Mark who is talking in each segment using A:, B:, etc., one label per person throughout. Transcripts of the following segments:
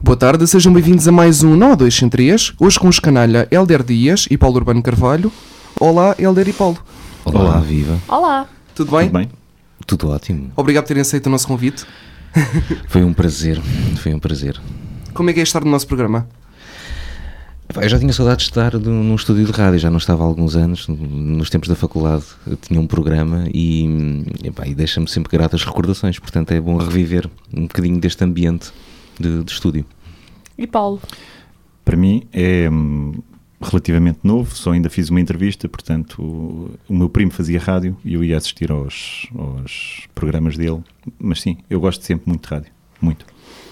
A: Boa tarde, sejam bem-vindos a mais um Nó 2 em 3, hoje com os canalha Helder Dias e Paulo Urbano Carvalho. Olá, Helder e Paulo.
B: Olá, viva.
C: Olá!
A: Tudo bem?
B: Tudo bem? Tudo ótimo.
A: Obrigado por terem aceito o nosso convite.
B: Foi um prazer. Foi um prazer.
A: Como é que é estar no nosso programa?
B: Epá, Eu já tinha saudades de estar de- num estúdio de rádio, já não estava há alguns anos. Nos tempos da faculdade eu tinha um programa e, epá, e deixa-me sempre gratas recordações. Portanto, é bom reviver um bocadinho deste ambiente de, de estúdio.
C: E Paulo?
D: Para mim é hum, relativamente novo, só ainda fiz uma entrevista, portanto, o, o meu primo fazia rádio e eu ia assistir aos, aos programas dele. Mas sim, eu gosto sempre muito de rádio. Muito.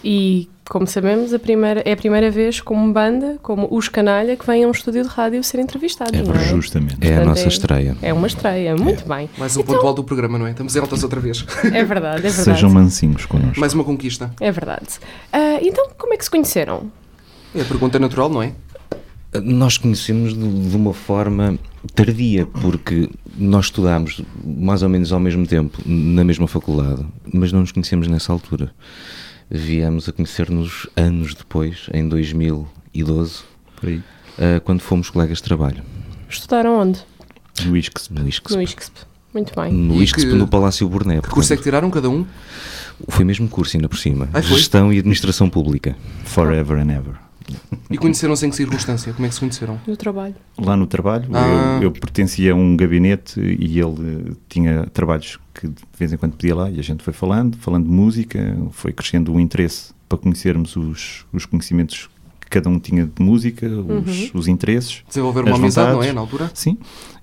C: E como sabemos, a primeira, é a primeira vez como banda, como os canalha, que vêm a um estúdio de rádio ser entrevistados, não é?
D: Justamente.
B: É a
C: Portanto,
B: nossa estreia.
C: É uma estreia, muito bem.
A: Mais um ponto alto do programa, não é? Estamos em altas outra vez.
C: É verdade, é verdade.
D: Sejam mansinhos connosco.
A: Mais uma conquista.
C: É verdade. Ah, então, como é que se conheceram?
A: É a pergunta natural, não é?
B: Nós conhecemos de, de uma forma tardia, porque nós estudámos mais ou menos ao mesmo tempo, na mesma faculdade, mas não nos conhecemos nessa altura. Viemos a conhecer-nos anos depois, em 2012,
D: Por aí.
B: ah, quando fomos colegas de trabalho.
C: Estudaram onde?
D: No ISCS.
B: No
C: No
B: ISCSP.
C: ISCSP. Muito bem.
B: No
A: E
B: ISCSP,
A: que-
B: no Palácio Burné.
A: Que curso é que tiraram cada um?
B: portanto, Foi mesmo curso, ainda por cima.
A: Ah, foi?
B: Gestão e Administração Pública.
D: Forever and ever.
A: E conheceram-se em que circunstância? Como é que se conheceram?
C: No trabalho.
D: Lá no trabalho,
A: Ah.
D: eu, eu pertencia a um gabinete e ele eh, tinha trabalhos que de vez em quando pedia lá e a gente foi falando, falando de música, foi crescendo o interesse para conhecermos os, os conhecimentos que cada um tinha de música, os, os interesses.
A: Desenvolveram uma
D: As
A: amizade, não
D: vontades.
A: é? Na altura?
D: Sim,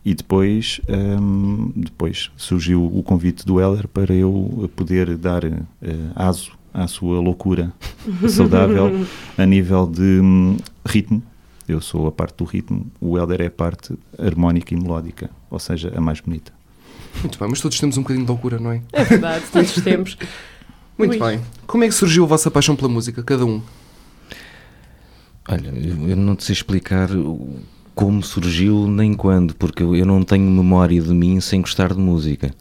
D: e depois, hum, depois surgiu o convite do Heller para eu poder dar eh, aso à sua loucura saudável a nível de hum, ritmo. Eu sou a parte do ritmo, o Helder é a parte harmónica e melódica, ou seja, a mais bonita.
A: Muito bem, mas todos temos um bocadinho de loucura, não é?
C: É verdade, todos os tempos.
A: Muito
C: Ui.
A: bem. Como é que surgiu a vossa paixão pela música, cada um?
B: Olha, eu eu não te sei explicar o- como surgiu nem quando, porque eu eu não tenho memória de mim sem gostar de música.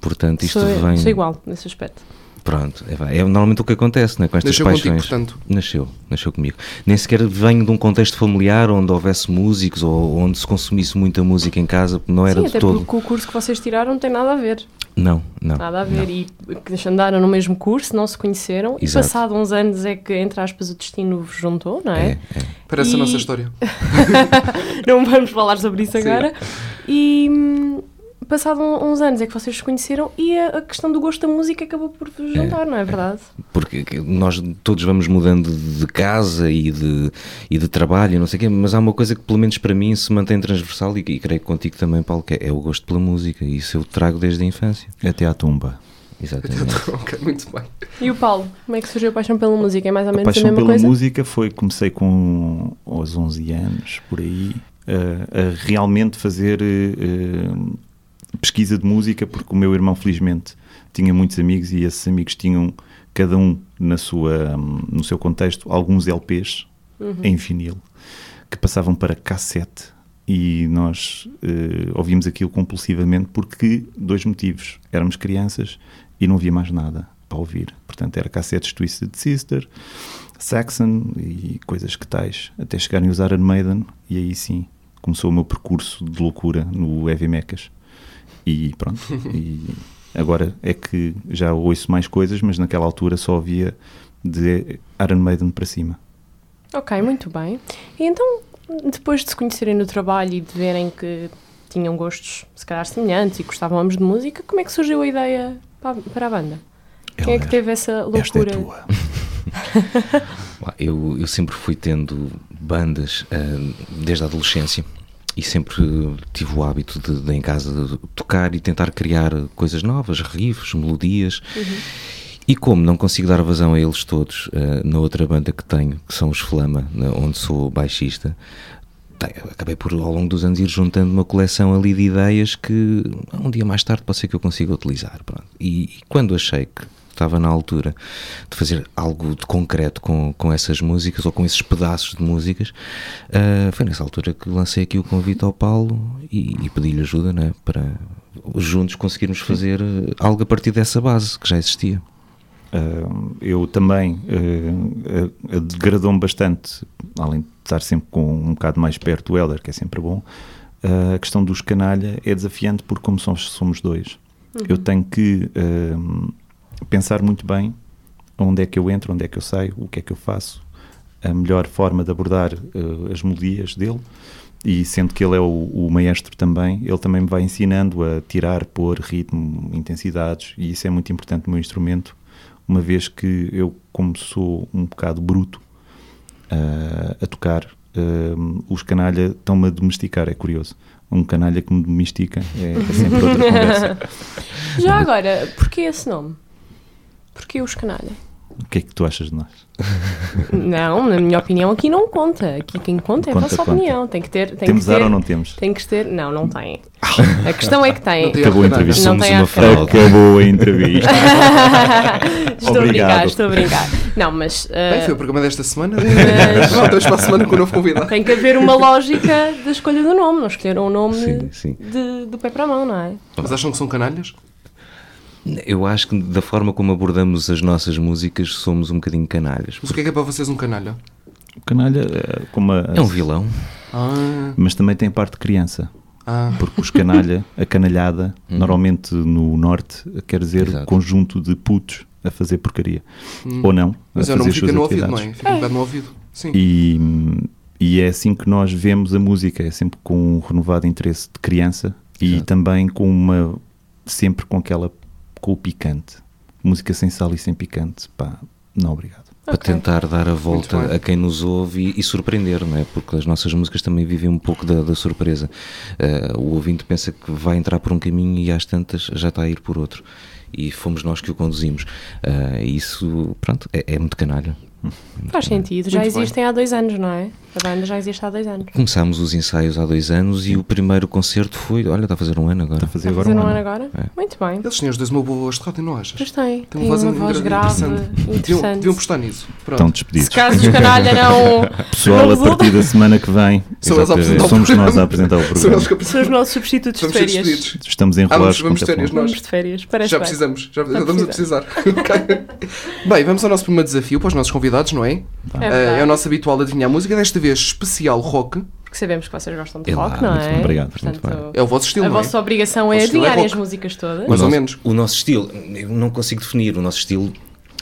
B: Portanto, isto
C: sou,
B: vem.
C: sou igual nesse aspecto.
B: Pronto, é, vá, é normalmente o que acontece né, com estas
A: Nasceu contigo,
B: paixões.
A: portanto.
B: Nasceu, nasceu comigo. Nem sequer venho de um contexto familiar onde houvesse músicos ou onde se consumisse muita música em casa, porque não era
C: Sim,
B: de
C: até
B: todo.
C: porque o curso que vocês tiraram não tem nada a ver.
B: Não, não.
C: Nada a ver. E que deixa- andaram no mesmo curso, não se conheceram. E
B: Exato.
C: passado uns anos é que, entre aspas, o destino vos juntou, não é?
B: É, é.
A: Parece a
C: E-
A: nossa história.
C: Não vamos falar sobre isso
A: Sim.
C: agora. E hum, passado um- uns anos é que vocês se conheceram e a, a questão do gosto da música acabou por vos juntar, não é verdade?
B: porque que- nós todos vamos mudando de casa e de, e de trabalho, e não sei o quê, mas há uma coisa que pelo menos para mim se mantém transversal e, e creio que contigo também, Paulo, que é, é o gosto pela música, e isso eu trago desde a infância.
D: Até à tumba.
B: Exatamente.
A: ok, muito bem.
C: E o Paulo, como é que surgiu a paixão pela música? É mais
D: A
C: ou menos a,
D: paixão
C: mesma
D: pela
C: coisa?
D: música foi, comecei com aos 11 anos, por aí, a, a realmente fazer eh, eh, pesquisa de música, porque o meu irmão, felizmente, tinha muitos amigos e esses amigos tinham, cada um na sua, hum, no seu contexto, alguns LPs em vinil que passavam para cassete e nós eh, ouvíamos aquilo compulsivamente porque dois motivos éramos crianças e não havia mais nada para ouvir portanto era cassetes Twisted Sister Saxon e coisas que tais até chegarem a usar Iron Maiden e aí sim começou o meu percurso de loucura no Heavy Mechas e pronto e agora é que já ouço mais coisas mas naquela altura só havia de Iron Maiden para cima
C: Ok, muito bem. E então, depois de se conhecerem no trabalho e de verem que tinham gostos, se calhar, semelhantes e gostavam ambos de música, como é que surgiu a ideia pa- para a banda?
B: um
C: Quem é que
D: Helder,
C: teve essa loucura?
D: é
B: Pá, Eu, eu sempre fui tendo bandas ah, desde a adolescência e sempre eh, tive o hábito de, de em casa de tocar e tentar criar coisas novas, riffs, melodias. E como não consigo dar vazão a eles todos ah, na outra banda que tenho, que são os Flama, na- onde sou baixista, tem- acabei por ao longo dos anos ir juntando uma coleção ali de ideias que um dia mais tarde pode ser que eu consiga utilizar. pronto. E, e quando achei que estava na altura de fazer algo de concreto com, com essas músicas ou com esses pedaços de músicas, ah, foi nessa altura que lancei aqui o convite ao Paulo e, e pedi-lhe ajuda não é? ah, para juntos conseguirmos fazer eh, algo a partir dessa base que já existia.
D: Uh, eu também uh, uh, degradou-me bastante, além de estar sempre com um bocado mais perto do Helder, que é sempre bom. Ah, a questão dos canalha é desafiante porque, como somos, somos dois,
C: Uhum.
D: eu tenho que uh, pensar muito bem onde é que eu entro, onde é que eu saio, o que é que eu faço, a melhor forma de abordar uh, as melodias dele. E sendo que ele é o, o maestro também, ele também me vai ensinando a tirar, pôr ritmo, intensidades, e isso é muito importante no meu instrumento, uma vez que eu, como sou um bocado bruto ah, a tocar, ah, os canalha estão-me a domesticar, é curioso. Um canalha que me domestica é, é sempre outra conversa.
C: Já agora, porquê esse nome? Porquê os canalha?
D: O que é que tu achas de nós?
C: Não, na minha opinião, aqui não conta. Aqui quem conta é a
D: Conta,
C: vossa
D: conta.
C: opinião. Tem que ter. Tem
D: temos
C: que ter,
D: ar ou não temos?
C: Tem que ter. Não, não tem. A questão é que tem.
A: tem
D: Acabou a entrevista.
C: Não
B: Somos
C: tem
B: uma
C: a-
B: fraude.
D: Acabou a entrevista.
C: estou a brincar,
D: Obrigado.
C: estou a brincar. Não, mas. ah,
A: Bem, foi o programa desta semana.
C: Mas-
A: Voltamos para a semana com o novo convidado.
C: tem que haver uma lógica da escolha do nome. Não escolheram o nome
B: Sim, sim.
C: de- do pé para a mão, não é?
A: Mas acham que são canalhas?
B: Eu acho que da forma como abordamos as nossas músicas somos um bocadinho canalhas.
A: Mas o que é que é para vocês um canalha?
D: O canalha, ah, como a-
B: É um vilão.
A: Ah,
D: mas também tem a parte de criança.
A: ah.
D: Porque os canalha, a canalhada, normalmente no norte, quer dizer
B: Uhum. Exato.
D: conjunto de putos a fazer porcaria. Ou não.
A: Mas
D: a
A: é o nome
D: fazer
A: que fica
D: suas
A: no ouvido, não
D: atividades.
A: é? Fica um bocado no ouvido. Sim.
D: E, e é assim que nós vemos a música, é sempre com um renovado interesse de criança e também com uma. sempre com aquela. com o picante. Música sem sal e sem picante, pá, não obrigado.
B: Para tentar dar a
A: Muito
B: volta
A: bem.
B: a quem nos ouve e, e surpreender, não é? Porque as nossas músicas também vivem um pouco da, da surpresa. Eh, o ouvinte pensa que vai entrar por um caminho e às tantas já está a ir por outro. E fomos nós que o conduzimos. Eh, isso, pronto, é, é muito canalha.
C: Faz sentido. Já
A: Muito bem.
C: existem há dois anos, não é? A banda já existe há dois anos.
B: Começámos os ensaios há dois anos e o primeiro concerto foi, olha, está a fazer um ano agora.
D: Está a fazer
C: Está a
D: agora
C: fazer
D: um
C: um ano
D: ano.
C: agora? Muito bem.
A: Eles têm os dois uma boa voz de rádio, não achas?
C: Pois tem.
A: Tem
C: Tem uma voz
A: engra-
C: grave,
A: interessante. Deviam,
C: interessante.
A: deviam postar nisso. Pronto.
D: Estão
C: Se
D: despedidos.
C: caso os canalha não.
D: Pessoal,
C: não
D: a partir da semana que vem,
A: São eles a
D: Exatamente.
A: apresentar o
D: somos nós
A: programa.
D: a apresentar o
A: São
D: programa.
A: eles que
C: São os
A: apresentam.
C: nossos substitutos
A: Estamos
C: de
A: ser
C: férias.
A: despedidos.
D: Estamos
A: Ah, vamos-
D: enrolados
A: vamos
D: com
A: ter
D: tapão.
A: as nós.
C: Vamos de férias, parece
A: Já
C: bem.
A: precisamos, já
C: Já
A: estamos a precisar. Ok. Bem, vamos ao nosso primeiro desafio para os nossos convidados, não é?
C: É,
A: Ah,
C: verdade,
A: é o nosso habitual adivinhar música, desta vez especial rock.
C: porque sabemos que vocês gostam de
B: É lá,
C: rock, não
B: muito
C: é?
B: bem, obrigado,
C: Portanto,
B: muito
A: É o vosso estilo,
C: a
A: não é?
C: vossa obrigação é
A: Vocês não é
C: adivinharem as
A: rock.
C: músicas todas.
A: Mas- Mais
B: o
A: ou
B: nosso,
A: menos.
B: O nosso estilo, eu não consigo definir, o nosso estilo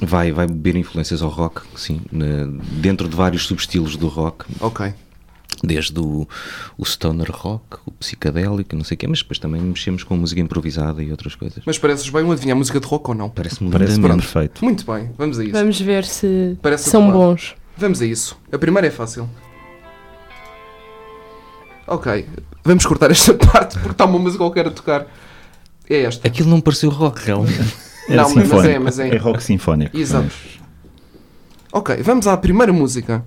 B: vai, vai beber influências ao rock, sim, na- dentro de vários subestilos do rock,
A: Ok.
B: desde o, o stoner rock, o psicadélico, não sei o quê, mas depois também mexemos com música improvisada e outras coisas.
A: Mas pareces bem um adivinhar música de rock ou é? não?
B: Parece-me
D: Parece
B: lindamente.
D: perfeito.
A: Muito bem, vamos a isso.
C: Vamos ver se
A: Parece
C: são
A: adequado.
C: bons.
A: Vamos a isso. A primeira é fácil. Ok. Vamos cortar esta parte porque está uma música qualquer a tocar. É esta.
B: Aquilo não pareceu rock, realmente.
D: Era
A: Não, mas é,
D: sinfónico.
A: mas é.
D: rock sinfónico.
A: Exato. Ok, vamos à primeira música.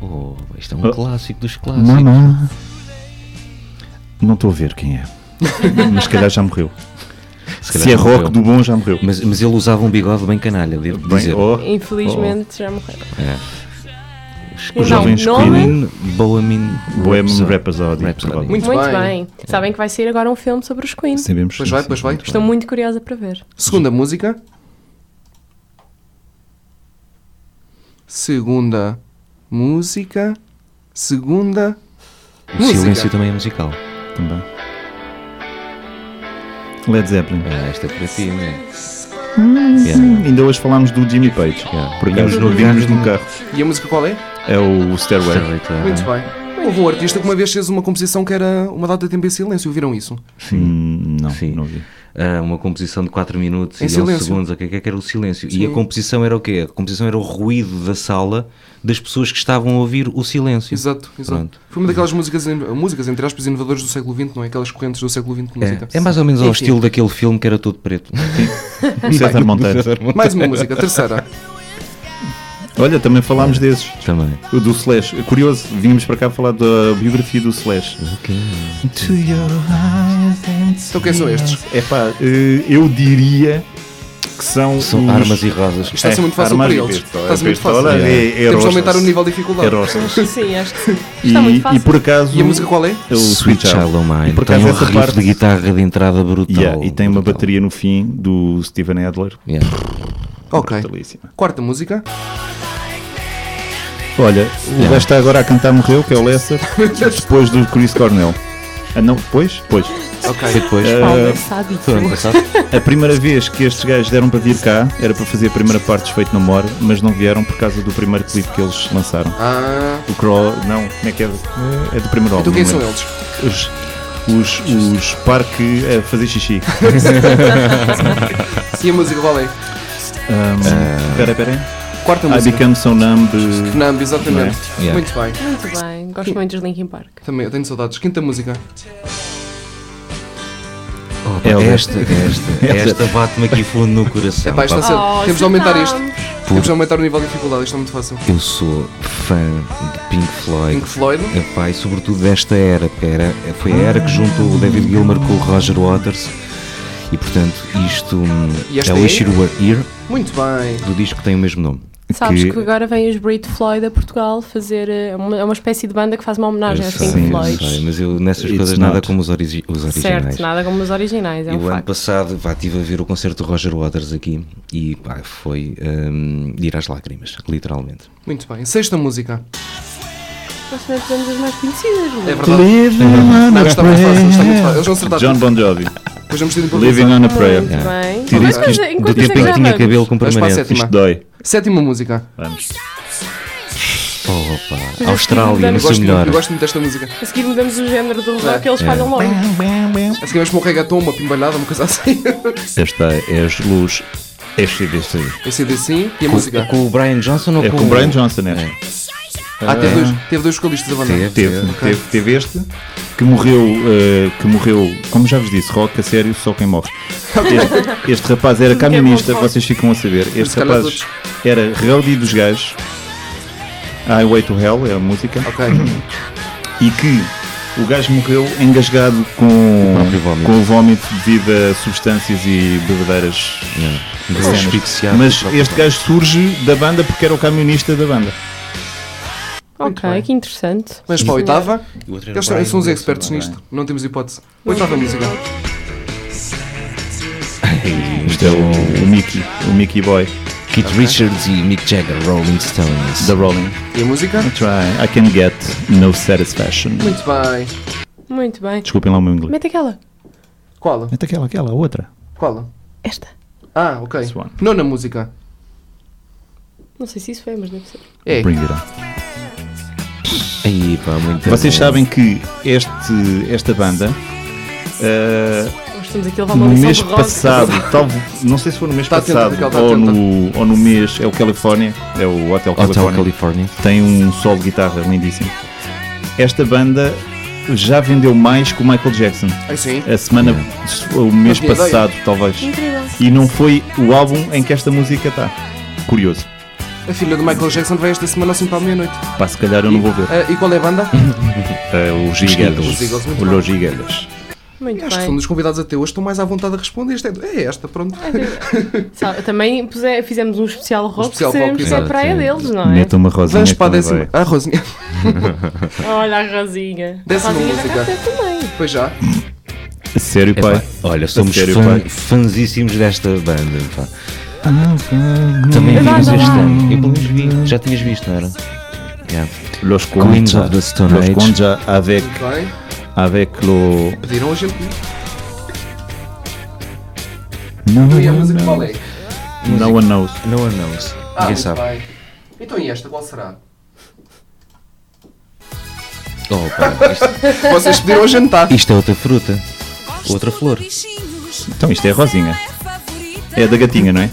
B: Oh, isto é um
D: Oh.
B: clássico dos clássicos.
D: Não, não. Não estou a ver quem é. Mas se calhar já morreu. Se,
B: calhar
D: é
B: já
D: rock
B: morreu.
D: do bom, já morreu.
B: Mas, mas ele usava um bigode bem canalha, devo
D: Bem,
B: dizer.
D: oh,
C: Infelizmente já morreram.
B: É. Os
C: Então,
D: jovens
C: nome,
B: Queen, Bohemian
D: um Bohemian
B: Rhapsody.
D: Rhapsody.
B: Rhapsody.
D: provavelmente.
A: Muito
C: muito
A: bem.
C: bem. Sabem que vai sair agora um filme sobre os Queen.
D: Sabemos.
A: Pois
D: sim,
A: vai,
D: sim,
A: pois vai.
D: muito
C: Estou muito curiosa para ver.
A: Segunda música. Segunda música. Segunda.
B: O silêncio também é musical.
D: bem. Também. Led Zeppelin.
B: Ah, esta é para ti, não é?
D: Hum, Sim, Ainda hoje falámos do Jimmy Page.
B: Yeah.
D: Por acaso
B: Vimos
D: não
B: no
D: vimos
B: vídeo.
D: no carro.
A: E a música qual é?
D: É o Stairway.
A: Muito bem. Houve um artista que uma vez fez uma composição que era uma data de tempo em silêncio. Viram isso?
D: Hum, não,
B: Sim.
D: não vi.
B: Ah, uma composição de 4 minutos
A: Em
B: e 11
A: silêncio.
B: segundos, o que é que era o silêncio? E
A: Sim.
B: a composição era o quê? A composição era o ruído da sala das pessoas que estavam a ouvir o silêncio.
A: Exato, exato.
B: Pronto.
A: Foi uma daquelas músicas, in- músicas, entre aspas, inovadoras do século XX, não é? Aquelas correntes do século XX de música.
B: É, é mais ou menos ao
A: Enfim.
B: estilo daquele filme que era todo preto.
D: César Monteiro.
A: Mais uma música, terceira.
D: Olha, também falámos desses.
B: Também.
D: O Do Slash. É Curioso, vínhamos para cá falar da biografia do Slash.
A: Então quem são estes?
D: É pá, eu eh, diria que são,
B: São
D: os- É,
B: armas e rosas.
A: Isto está a ser muito fácil para
D: armas e
A: eles.
D: pistola,
A: Está a ser muito fácil.
D: pistola e- e
A: Temos
D: rosas.
A: de aumentar o nível de dificuldade.
D: É rosas.
C: Sim, acho que sim.
D: E,
C: Está muito fácil.
D: e por acaso
A: E a música qual é?
D: é o
B: Sweet Child O'
D: E
B: Mine.
D: por
B: Tem
D: acaso
B: um
D: essa
B: riff
D: parte
B: de guitarra de entrada brutal.
D: Yeah, e tem uma
B: brutal.
D: bateria no fim do Steven Adler.
B: Yeah.
A: Ok.
D: Brutalíssima.
A: Quarta música.
D: Olha, o gajo está agora a cantar Morreu, que é o Lesser, É. depois do Chris Cornell. Ah, não, depois? Depois.
B: Foi
A: Ok.
B: depois.
C: Paulo é sádico.
B: Foi ano passado.
D: A primeira vez que estes gajos deram para vir cá era para fazer a primeira parte de Feito Namora, mas não vieram por causa do primeiro clipe que eles lançaram.
A: Ah.
D: O Crawl, não, como é que é? É do primeiro álbum.
A: Então quem
D: não
A: são
D: é?
A: eles?
D: Os, os, os parque a fazer xixi.
A: E a música qual é?
D: Um, Pera, pera. aí.
A: Quarta
D: I
A: música.
D: Become So Numb de...
A: Nambi, exatamente.
B: Não é? Yeah.
A: Muito bem.
C: Muito bem. Gosto muito dos Linkin Park.
A: Também, eu tenho saudades. Quinta música.
B: Oh, pá,
D: Elder.
B: esta, esta, esta bate-me aqui fundo no coração.
A: Epá, isto
B: pá.
A: está a ser.
C: Oh,
A: Temos de aumentar isto.
C: acertámos.
A: Temos de aumentar o nível de dificuldade. Isto é muito fácil.
B: Eu sou fã de Pink Floyd.
A: Pink Floyd.
B: Epá, e É, sobretudo desta era, porque era, foi a era que juntou o David Gilmour com o Roger Waters. E portanto, isto hum,
A: E esta
B: é o
A: é?
B: Wish You Were Here,
A: Muito bem.
B: do disco que tem o mesmo nome.
C: Sabes
D: que-
C: que... agora vêm os Brit Floyd a Portugal fazer. eh, É uma, é uma espécie de banda que faz uma homenagem
B: eu
C: aos
B: sei,
C: Pink
D: sim,
B: eu
C: Floyd.
B: sei, mas eu nessas
D: It's
B: coisas
D: not.
B: nada como os, origi- os originais.
C: Certo, nada como os originais, é
B: Eu
C: um
B: ano
C: facto.
B: passado pá, estive a ver o concerto do Roger Waters aqui e pá, foi hum, de ir às lágrimas, literalmente.
A: Muito bem. Sexta música.
C: Nós também fizemos as mais conhecidas, não
A: É verdade. Não, está muito fácil. Está muito fácil. Eles vão acertar.
D: John
A: tudo.
D: Bon Jovi.
A: Depois vamos ter de
D: Living
A: improvisar.
D: on a Prayer.
C: Muito
B: Yeah.
D: Te
C: bem.
D: disse
C: Mas,
D: que
C: mas,
D: isto-
B: Do
C: enquanto
B: tempo em que tinha
C: gravamos,
B: cabelo com
A: Vamos para a
B: permanente.
A: sétima.
D: Isto dói.
A: Sétima música.
D: Vamos.
B: Oh, pá,
C: tipo
B: Austrália, no
A: Eu
B: seu
A: gosto,
B: melhor.
A: muito, eu gosto muito desta música.
C: A seguir mudamos o género do rock, eles
B: É.
C: falham logo.
A: A seguir vamos para um reggaeton, uma pimbalhada, uma coisa assim.
D: Esta é as luz. Este deste aí.
A: Esse é assim. E a música?
B: Com o Brian Johnson ou
D: É
B: com,
D: com o Brian Johnson, é?
A: Ah, teve dois, teve dois vocalistas a banda.
B: Teve,
D: Teve,
B: teve.
D: teve, teve este que morreu, eh, que morreu, como já vos disse, rock a sério, só quem morre. Este, este rapaz era camionista,
C: bom, bom.
D: vocês ficam a saber. Este
A: calhar
D: rapaz
A: todos.
D: era rowdy dos gajos. Highway to Hell é a música.
A: Ok.
D: E que o gajo morreu engasgado com,
B: próprio vómito.
D: com o vómito devido a substâncias e bebedeiras.
B: Mas asfixiado.
D: Mas este gajo surge da banda porque era o camionista da banda.
C: Ok, que interessante.
A: Mas para a oitava,
B: O outro era
A: eles
B: Brian
A: são, são os
B: Wilson,
A: expertos
D: bem.
A: nisto. Não temos hipótese. Oitava música.
D: Isto é o, o Mickey, o Mickey Boy
B: Keith Richards e Mick Jagger, Rolling Stones.
D: da Rolling.
A: E a música?
D: Try, I can get no satisfaction.
A: Muito bem.
C: Muito bem.
D: Desculpem lá o meu inglês.
C: Mete aquela.
A: Qual?
D: Mete aquela, aquela, a outra.
A: Qual?
C: Esta.
A: Ah, ok.
D: This one.
A: Nona música.
C: Não sei se isso foi, mas deve ser.
A: É.
D: Bring it on.
B: Aí, pá, muito
D: Vocês
B: bom.
D: sabem que este, esta banda, ah,
C: Nós estamos aqui a levar uma
D: no
C: lição
D: mês
C: de rock.
D: passado, talvez, não sei se foi no mês
A: Tá atento,
D: passado
A: Ricardo, tá
D: ou,
A: atento.
D: no, ou no mês, é o California, é o Hotel
B: Hotel
D: California,
B: California.
D: tem um solo de guitarra lindíssimo. Esta banda já vendeu mais que o Michael Jackson.
A: Aí é sim.
D: A semana, o mês
A: tinha ideia.
D: passado, talvez.
C: Incrível.
D: E não foi o álbum em que esta música tá. está. Curioso.
A: A filha do Michael Jackson vai esta semana assim para a meia-noite.
D: Pá, se calhar eu não vou ver.
A: Ah, e qual é a banda?
D: É, os
A: Os Eagles, muito
D: Os
A: bem.
D: Los Eagles.
C: Muito
A: Acho que
C: bem.
A: são dos convidados até hoje. Estão mais à vontade a responder. Isto é, é esta, pronto.
C: Sabe, também puse- fizemos um especial rock
A: especial
C: que sabemos
A: rock,
C: que é a
B: exato,
C: praia
B: sim.
C: deles, não é?
D: Meta uma rosinha.
A: Vamos para a
D: também
A: décima.
D: vai.
A: Ah, Rosinha.
C: Olha a Rosinha.
A: Décima
C: a Rosinha já
A: música.
C: cá esteve também.
A: Pois já.
D: A sério,
B: É,
D: pai.
B: pá, olha, somos
D: sério,
B: fã,
D: pai.
B: fãzíssimos desta banda. Pá. Também
C: Anda
B: vimos
C: lá.
B: este ano. Eu pelo menos vi. Já tinhas visto, não era? Yeah.
D: Los
B: Queens
D: Conja.
B: of the Stone
D: Los
B: Age.
D: Conja avec,
A: Muito bem.
D: avec lo...
A: Pediram hoje.
D: Não,
A: E a música qual é?
D: No one knows.
B: No one knows.
A: Ah,
B: Ninguém
A: muito
B: sabe.
A: bem. Então e esta, qual será?
B: Oh, pá, isto,
A: Vocês pediram a jantar.
B: isto é outra fruta. Outra flor.
D: Então isto é a Rosinha. É da gatinha, não é?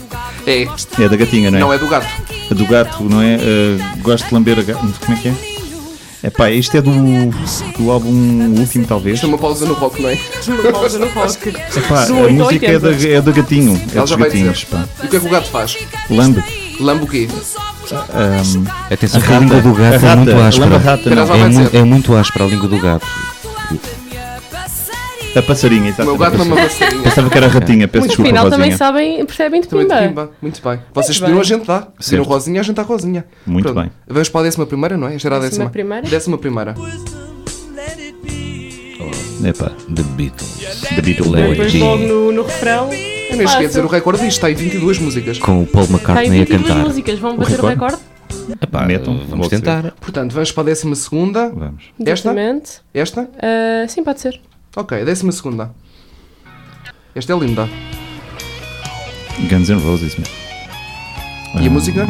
A: É.
D: É da gatinha, não é?
A: Não é do gato.
D: A do gato, não é? Ah, gosto de lamber a gato. Como é que é? É pá, isto é do, do álbum último, talvez.
A: Isto é uma pausa no rock, não é?
C: Uma pausa no rock.
D: Pá,
C: Do
D: a
C: 8 ao
D: música é
C: 80.
D: da, é da gatinho. É
A: então, Ela
D: dos
A: já vai dizer.
D: gatinhos, pá.
A: E o que é que o gato faz?
D: Lambe. Ah, hum, é-
A: Lambe o quê?
B: Atenção
D: A
B: que a
D: rata,
B: língua do
D: a
B: gato é
D: rata,
B: muito
D: a lama
B: áspera.
D: rata,
A: não.
B: É, mu
A: Vai dizer.
B: é muito áspera a língua do gato.
D: A passarinha,
A: O meu
D: exatamente.
A: gato não é uma passarinha.
D: Pensava que era a ratinha, peço
C: Muito
D: desculpa,
C: final também
D: Rosinha.
C: sabem, percebem de
A: Também de
C: pimba.
A: Pimba. Muito bem. Vocês
C: Muito
A: pediram, a
C: bem.
A: gente dá. Pediram
D: Certo.
A: Rosinha, a gente dá Rosinha.
D: Muito bem.
A: Vamos para a décima primeira, não é? Esta era a décima.
C: Décima primeira?
A: Décima primeira.
D: Epá,
B: The Beatles.
D: The Beatles.
C: Depois logo no, no refrão.
A: Eu nem cheguei a dizer
C: passa.
A: o recorde disto. Está aí 22 músicas.
B: Com o Paul
C: Tem
B: McCartney a
C: 22
B: cantar.
C: músicas, vão
D: O
C: bater o
D: recorde?
C: recorde?
B: Epá,
D: Metam,
B: vamos
D: vou
B: tentar.
A: Portanto, vamos para a décima segunda.
D: Vamos.
A: Esta?
C: Exatamente.
A: Esta?
C: Ah, sim, pode ser.
A: Ok, a décima segunda. Esta é linda.
D: Guns N' Roses, meu.
A: E a música?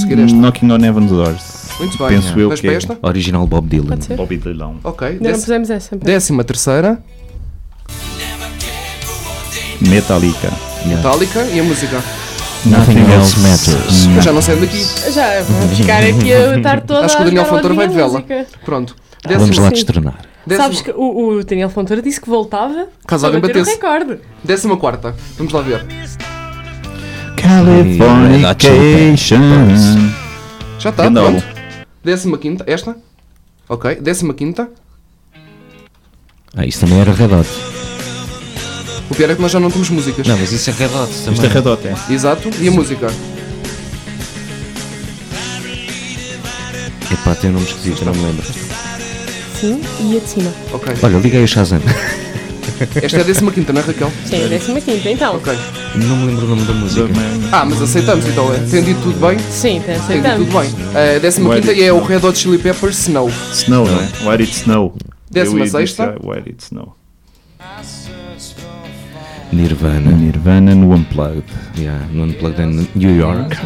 A: Seguir esta.
D: Knocking on Heaven's Doors.
A: Muito bem.
D: Penso eu
A: Vamos
D: que
A: para
D: é.
A: esta?
B: Original Bob Dylan.
C: Pode ser.
D: Bobby Dillon.
A: Ok.
C: Ainda não é-
A: décima-
C: pusemos essa. pá.
A: Décima terceira.
D: Metallica.
B: Yeah.
A: Metallica e a música.
B: Nothing else matters.
A: Eu já não saio daqui.
C: Já, vou ficar aqui a tarde toda
A: Acho que o
C: a
A: Daniel
C: jogar
A: Fontoura vai de
C: Ladinha
A: vela.
C: música.
A: Pronto.
B: Vamos
A: Décima,
B: lá
C: Sim.
B: destronar.
A: décima,
C: Sabes que o, o Daniel Fontoura disse que voltava
A: Caso
C: para
A: alguém
C: bater o
A: batesse.
C: recorde.
A: décima quarta. Vamos lá ver.
D: Californication.
A: Já está.
D: Ganda
A: Pronto.
D: álbum.
A: Décima quinta. Esta? Ok. Décima quinta.
B: Ah, isso também era Red Hot.
A: O pior é que nós já não temos músicas.
B: Não, mas isso é Red Hot também.
D: Isto é Redota.
A: Exato. E a música?
B: Epá, tem um nome esquisito, não me lembro.
C: Sim, e a de cima.
A: Ok.
B: Olha, liguei o Shazam.
A: Esta é a décima quinta, não é Raquel?
C: Sim, a décima quinta, então.
A: Ok.
B: Não me lembro o nome da música.
D: é?
A: Ah, mas aceitamos então. é? Tem dito tudo bem?
C: Sim, então
A: Tem dito
C: aceitamos.
A: tudo bem. A décima
D: Ué.
A: quinta é o Red Hot Chili Peppers Snow.
D: Snow, não é? Why Did It Snow?
A: Décima
D: Eu ia dizer,
A: sexta.
D: Why Did It Snow?
B: Nirvana.
D: Nirvana no Unplugged.
B: Yeah, no Unplugged in New York.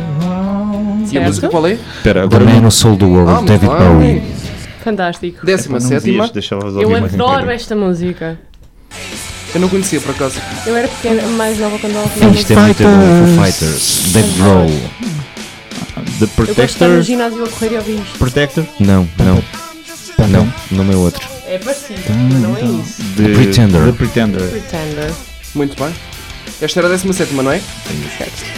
A: E a música
C: Certo.
A: qual é?
D: Espera,
B: The
D: agora
B: Man Who Sold the World,
A: Ah, muito
B: David
A: bem.
B: Bowie. É
C: Fantástico.
A: Décima sétima.
D: Deixava-vos
C: Eu
D: ouvir mais
C: adoro
D: inteiro.
C: esta música.
A: Eu não conhecia por acaso.
C: Eu era pequena, mais nova quando ela tinha
B: Isto é muito bom. Foo Fighters. Dave Grohl.
D: The
C: Eu gosto de estar no
D: Protector.
C: ginásio a correr e ouvir isto.
D: Protector.
B: Não, não. Não, o nome é outro.
C: É parecido, mas não é isso.
D: The
B: Pretender.
D: The Pretender.
C: Pretender.
A: Muito bem. Esta era a décima sétima, não é?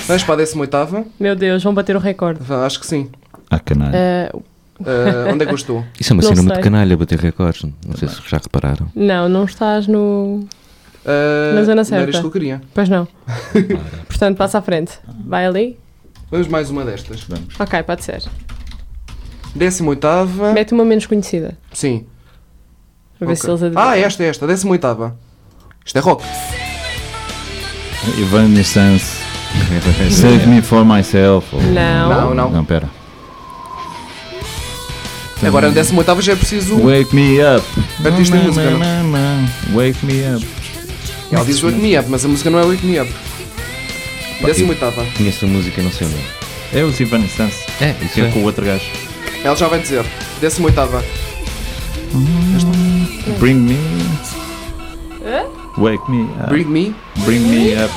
A: Vamos para a décima oitava?
C: Meu Deus, vão bater o recorde.
A: Vá, Acho que sim.
D: Ah, canalha.
C: Ah,
A: Ah, onde é que eu estou?
B: Isso é uma
C: Não
B: cena muito
C: sei.
B: canalha, bater recordes. Não sei se já repararam.
C: não, não estás no.
A: Ah,
C: Na zona
A: Não era
C: certa.
A: isto que eu queria.
C: Pois não. Portanto, passa à frente. Vai ali?
A: Vamos mais uma destas.
D: Vamos.
C: Ok, pode ser.
A: Décima oitava.
C: Mete uma menos conhecida.
A: Sim.
C: Para ver
A: ok.
C: se eles adivinham.
A: Ah, esta, esta. Décima oitava. Isto é rock.
D: Evanescence. Save me for myself. Ou-
A: Não,
C: Não.
A: não.
D: Não, pera.
A: Agora na décima oitava já é preciso...
D: Wake me up.
A: Artista e música, não?
D: Wake me up.
A: Ela diz Wake Me Up, mas a música não é Wake Me Up. Décima oitava.
B: Conheço a música, não sei o nome.
D: É os Evanescence.
B: É,
D: Que é com o outro gajo.
A: Ela já vai dizer. Décima oitava.
D: Bring me. Wake me up.
A: Bring Me.
D: Bring me up.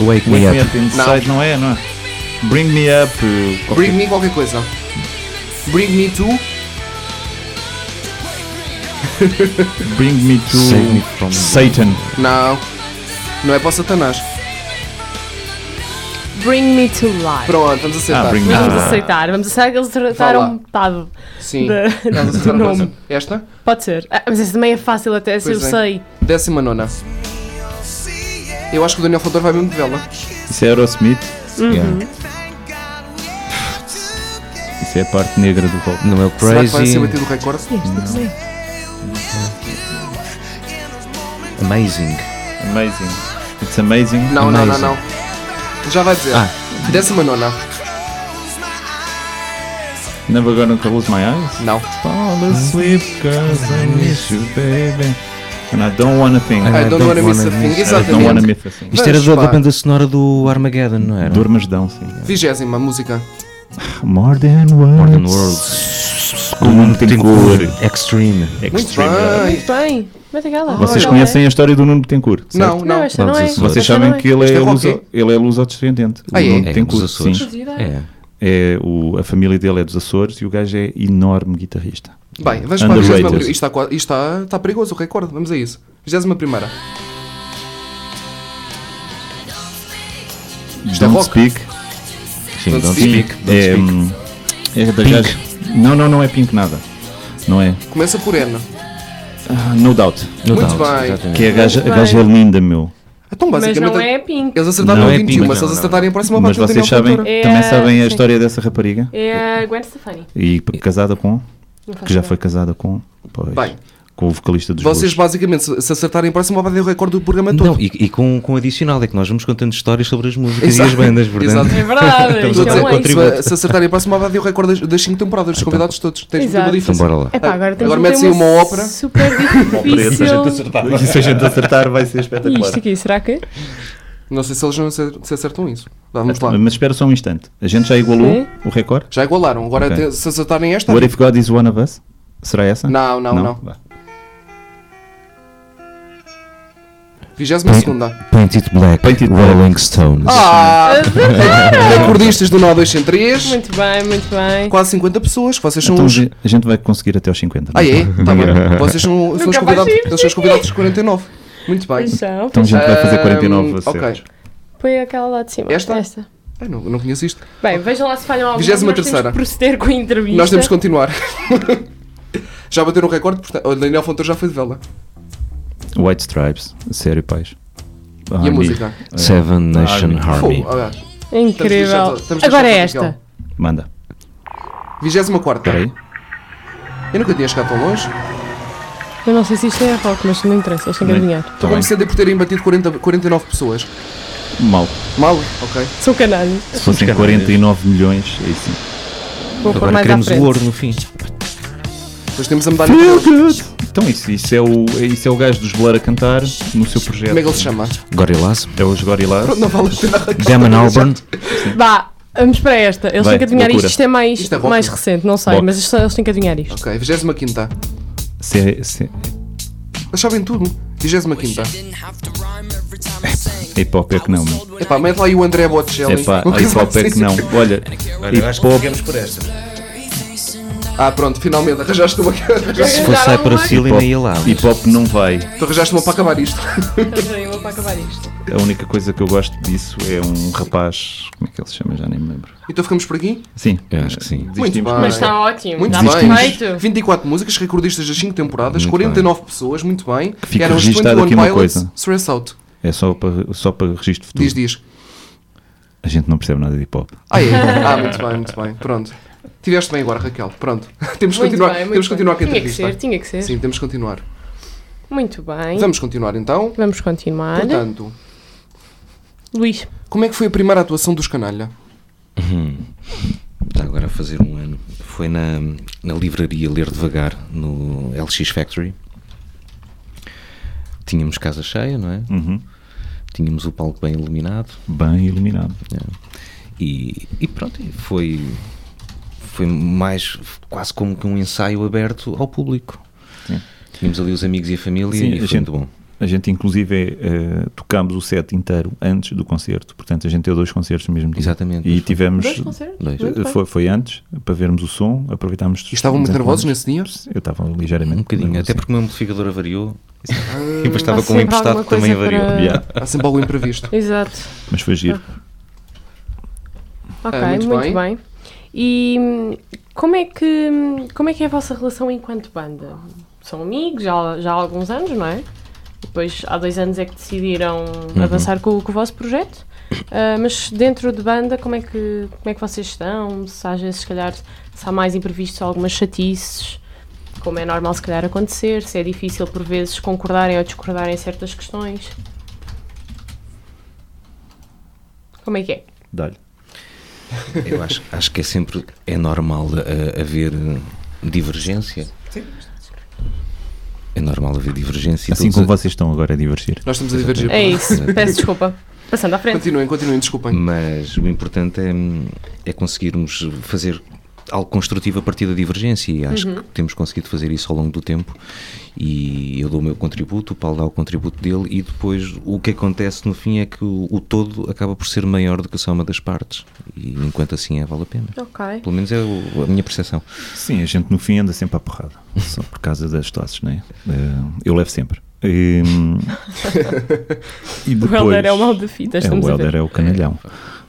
B: é Wake
D: Wake
B: Me
D: me
B: Up.
D: up inside, não é? Não é? Bring me up. uh,
A: Bring Me qualquer coisa. Bring Me To.
D: Bring me to
B: Save me from-
D: Satan.
A: Não. Não é para o Satanás.
C: Bring me to life.
A: Pronto, vamos aceitar.
D: Ah, Bring Me
C: Mas
D: To
C: vamos
D: Life.
C: aceitar, vamos aceitar que eles um
A: Vá lá.
C: trataram metade.
A: Sim.
C: Da-
A: Vamos aceitar
C: do
A: uma coisa.
C: nome.
A: Esta?
C: Pode ser. Ah, mas esse também é fácil até, se eu
A: Pois é.
C: sei.
A: Décima nona. Eu acho que o Daniel Fontoura vai mesmo de vela.
D: Isso é Aerosmith.
B: Yeah.
D: Isso é a parte negra do rock.
B: Não é o
A: Será que vai
B: Crazy.
A: ser batido o recorde?
B: Amazing.
D: Amazing. It's amazing.
A: Não, não, não,
D: amazing.
A: não. Já vai dizer.
B: Ah.
A: Décima nona.
D: Never gonna close my eyes.
A: Não.
D: Fall asleep cause I miss you, baby. And I don't wanna think.
B: I
A: I
D: I
A: don't wanna miss a thing.
D: don't wanna
A: Exatamente.
D: miss a thing.
B: Isto era
A: Vamos,
B: da, da
A: pá.
B: banda sonora do Armageddon, não era?
D: Dormasdão, sim.
A: Vigésima música.
D: More than
B: Modern
D: words.
B: World.
D: Com Nuno Tencourt.
B: Extreme.
A: Muito
D: Extreme.
A: bem.
C: Muito bem. Mas é aquela.
D: Vocês
C: Ah,
D: conhecem a história do Nuno Tencourt, certo?
A: Não,
C: Não,
A: não.
C: esta não,
B: Vamos
C: é.
B: a isso.
D: Vocês
C: Esta
D: sabem
C: não é.
D: que ele
A: Isto
D: é,
A: é
D: luso,
A: rock,
D: ele é luso-descendente.
A: Ah, é?
D: O Nuno
B: É,
D: Tencourt,
B: dos Açores.
D: sim.
B: É.
D: É, o, a família dele é dos Açores e o gajo é enorme guitarrista.
A: Bem, vamos para a
D: Underrated.
A: 21. Isto está, qua- isto está, está perigoso o recorde, vamos a isso. 21. Isto é
D: Don't
A: rock.
D: Speak.
B: Sim,
A: Don't
B: Don't
A: Speak.
B: Speak. Don't
D: é,
B: Speak.
D: hum, é da
B: Pink.
D: gajo- Não, não, não é Pink nada. Não é?
A: Começa por N.
D: Ah, no Doubt.
B: No
A: Muito
B: doubt,
A: bem.
B: exatamente.
D: Que a gaja, a
C: Muito
D: gaja é
C: bem.
D: linda, meu.
A: Então,
C: Mas
A: basicamente,
C: não é pink.
A: eles acertaram
D: Não
A: o
B: é
A: 21,
B: pink,
A: mas se
B: não,
A: eles
B: não.
A: acertarem a próxima,
D: Mas
A: batem o
D: vocês
A: Daniel
D: sabem,
A: Ventura.
C: É,
D: também sabem a
C: sim.
D: história dessa rapariga?
C: É a Gwen Stefani.
D: E casada com?
C: Não faço
D: Que já
C: ideia.
D: foi casada com? Pois,
A: Bem.
D: com o vocalista dos
A: Vocês,
D: Ghosts.
A: basicamente, se se acertarem a próxima, batem o recorde do programa todo.
B: Não, e, e com, com adicional, é que nós vamos contando histórias sobre as músicas
A: Exato.
B: e as bandas, portanto.
A: Exato.
C: É
B: Estamos
C: verdade, isto
A: Estou a
B: Então,
C: é
A: dizer,
C: um
B: outro
C: ex.
B: tributo.
A: se, se acertarem a próxima, batem o recorde das, das cinco temporadas, dos convidados todos. Tens
C: Exato.
A: muito
B: Então bora lá.
C: Epá, agora temos
A: Agora
C: um
A: metes aí
C: tema
A: uma ópera.
C: Super
D: Se a gente é
C: difícil.
D: acertar, se a gente acertar vai ser
C: E
D: espetacular.
C: isto aqui, será que?
A: Não sei se eles não acer- se acertam isso. Vá, Vamos lá.
D: Mas espera só um instante. A gente já igualou
C: Sim.
D: o recorde?
A: Já igualaram. Agora,
D: Ok.
A: te- se acertarem esta.
D: What if God is one of us? Será essa?
A: Não, não, não.
D: Vá.
A: 22 segunda.
B: Painted Black,
D: Painted Black.
B: Rolling Stones.
A: Ah! Acordistas do 9203.
C: Muito bem, muito bem.
A: Quase 50 pessoas. Vocês são
D: Então
A: os.
D: a gente vai conseguir até aos 50. não
A: Ah, é?
D: é?
A: Tá bem. Vocês são, são os
C: Nunca
A: convidados.
C: mais
A: Eles são os convidados de 49. Muito bem.
C: Então,
D: Então a gente vai fazer 49
A: Ahm, Um, ok.
D: acertos.
C: põe aquela lá de cima.
A: Esta? Eu não, eu não conheço isto.
C: Bem, vejam lá se falham alguma
A: 23ª.
C: Nós temos que proceder com a entrevista.
A: Nós temos que continuar. já bateram o recorde, portanto. O Daniel Fontoura já foi de vela.
D: White Stripes, sério, pais.
A: E a música?
D: É,
B: Seven Nation Army.
A: Fogo. olha.
C: É Incrível.
A: Estamos lixados, estamos
C: Agora é
A: lixados,
C: esta.
D: Manda.
A: 24.
D: Espera aí.
A: Eu nunca tinha chegado tão longe.
C: Eu não sei se isto é rock, mas não interessa, eles têm que adivinhar.
D: Tá
A: Estou
D: bem.
A: a por terem batido 40, 49 pessoas.
D: Mal.
A: Mal? Ok.
C: Sou canalhas.
D: Se fossem 49 milhões, é aí sim.
C: Vou pôr
B: Agora
C: mais à
B: queremos
C: frente.
B: o ouro no fim.
A: Depois temos a medalha de ouro.
D: Então isso, isso, é o, isso é o gajo dos Blur a cantar no seu projeto.
A: Como é que ele se chama?
B: Gorillaz,
D: É os Gorillaz.
A: Não vale a pena.
B: Damon Albarn,
C: Vá, vamos para esta. Eles
D: Vai,
C: têm que adivinhar
D: loucura.
C: isto. Isto é mais,
A: Isto é rock,
C: mais
A: não?
C: recente, não sei,
D: Rock.
C: mas isto- eles têm que adivinhar isto.
A: Ok, 25.
D: Se é- se é-
A: Eles sabem tudo. 25.
D: Hip Hop é que não, meu.
A: Epá, mete lá aí o André Bocelli.
D: Epá,
A: Uma coisa
D: Hip Hop é que
A: assim.
D: não. Olha, Hip Hop,
B: por esta.
A: Ah, pronto, finalmente arranjaste uma. tu
B: Se fosse sair para Cílio,
D: Hip-hop.
B: ia lá.
D: Hip Hop não vai.
A: arranjaste uma para acabar isto.
D: A única coisa que eu gosto disso é um rapaz. Como é que ele se chama? Já nem me lembro.
A: Então ficamos por aqui.
D: Sim.
B: Eu acho que sim.
A: Muito
D: Desistimos.
A: bem.
C: Mas está ótimo.
A: Muito
C: Está
A: bem.
C: perfeito.
A: 24 músicas, recordistas das 5 temporadas,
B: Muito
A: 49 pessoas, muito bem. Que
D: fica registado aqui uma coisa.
A: Stress Out.
D: É só para, só para registro futuro.
A: Diz, diz.
D: A gente não percebe nada de hip hop.
A: Ah, é? Ah, muito bem, muito bem. Pronto. Tiveste bem agora, Raquel. Pronto. Temos que
C: Muito
A: continuar,
C: bem, muito
A: temos que
C: bem.
A: continuar com a
C: Tinha que ser,
A: entrevista.
C: tinha que ser.
A: Sim, temos que continuar.
C: Muito bem. Vamos,
A: Vamos continuar então.
C: continuar.
A: Portanto,
C: Luís,
A: como é que foi a primeira atuação dos Canalha?
B: Está agora a fazer um ano. Foi na, na livraria Ler Devagar, no LX Factory. Tínhamos casa cheia, não é?
D: Uhum.
B: Tínhamos o palco bem iluminado.
D: Bem iluminado.
B: E, e pronto, e foi, foi mais quase como que um ensaio aberto ao público.
D: Sim.
B: Tínhamos ali os amigos e a família
D: Sim,
B: e
D: a
B: foi
D: gente-
B: muito bom.
D: A gente, inclusive, eh, tocámos o set inteiro antes do concerto. Portanto, a gente deu dois concertos no mesmo dia.
B: Exatamente.
D: E tivemos.
C: dois concertos.
B: Dois.
C: Muito bem.
D: Foi, foi antes, para vermos o som, aproveitámos.
A: E estavam muito nervosos nesse dia?
D: Eu estava ligeiramente.
B: Um bocadinho,
D: nervoso,
B: até porque o meu amplificador avariou e depois estava
C: Há
B: com um
C: sempre
B: emprestado
C: alguma
B: que também
C: coisa
B: avariou.
C: para- Ah.
D: sim. Yeah,
A: Há sempre algo imprevisto.
C: Exato.
D: Mas foi giro.
C: Ok,
A: Ah, muito
C: muito,
A: bem.
C: bem. E hum, como é, que, hum, como é que é a vossa relação enquanto banda? São amigos já, já há alguns anos, não é? Depois, há dois anos é que decidiram
A: Uhum.
C: avançar com, o- com o vosso projeto. Ah, mas dentro de banda, como é que, como é que vocês estão? Se às vezes, se calhar, se há mais imprevistos, algumas chatices, como é normal, se calhar, acontecer, se é difícil, por vezes, concordarem ou discordarem em certas questões. Como é que é?
D: Dá-lhe.
B: Eu acho, acho que é sempre é normal eh, haver eh, divergência. É normal haver divergência.
D: Assim
B: Todos
D: como
B: a-
D: vocês estão agora a divertir.
A: Nós estamos a divergir.
C: É isso, peço desculpa. Passando à frente.
A: Continuem, continuem, desculpem.
B: Mas o importante é, hum, é conseguirmos fazer algo construtivo a partir da divergência e acho que temos conseguido fazer isso ao longo do tempo e eu dou o meu contributo, o Paulo dá o contributo dele e depois o que acontece no fim é que o, o todo acaba por ser maior do que a soma das partes e enquanto assim é, vale a pena.
C: Ok.
B: Pelo menos é o- a minha percepção.
D: Sim, a gente no fim anda sempre à porrada. Só por causa das tosses, não é? Eh, eu levo sempre. E, e
C: O
D: depois,
C: Helder é o mal da fita,
D: É,
C: estamos
D: o
C: a ver.
D: Helder é o canalhão.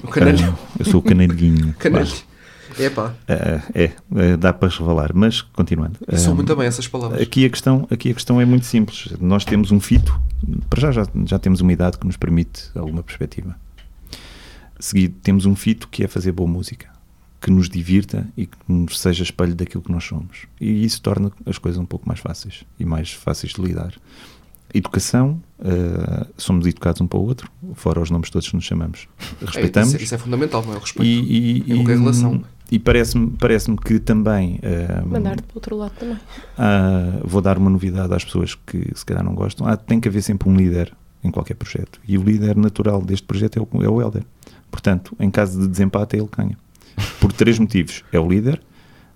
A: O canalha.
D: Ah, Eu sou o canalhinho.
A: Canalha.
D: vá.
A: Epá,
D: Ah, é, ah, dá para revelar, mas continuando.
A: e são
D: Ah,
A: muito bem essas palavras.
D: Aqui a, questão, aqui a questão é muito simples. Nós temos um fito, para já, já já temos uma idade que nos permite alguma perspectiva. Seguido, temos um fito que é fazer boa música, que nos divirta e que nos seja espelho daquilo que nós somos. E isso torna as coisas um pouco mais fáceis e mais fáceis de lidar. Educação, ah, somos educados um para o outro, fora os nomes todos que nos chamamos.
A: É,
D: Respeitamos.
A: isso, é- isso é fundamental, não é? O respeito.
D: E, e,
A: Em qualquer
D: e-
A: relação.
D: E parece-me parece que também. ah,
C: Mandar-te para o outro lado também.
D: ah, vou dar uma novidade às pessoas que se calhar não gostam. Ah, tem que haver sempre um líder em qualquer projeto. E o líder natural deste projeto é o, é o Helder. Portanto, em caso de desempate, ele ganha. Por três motivos. É o líder,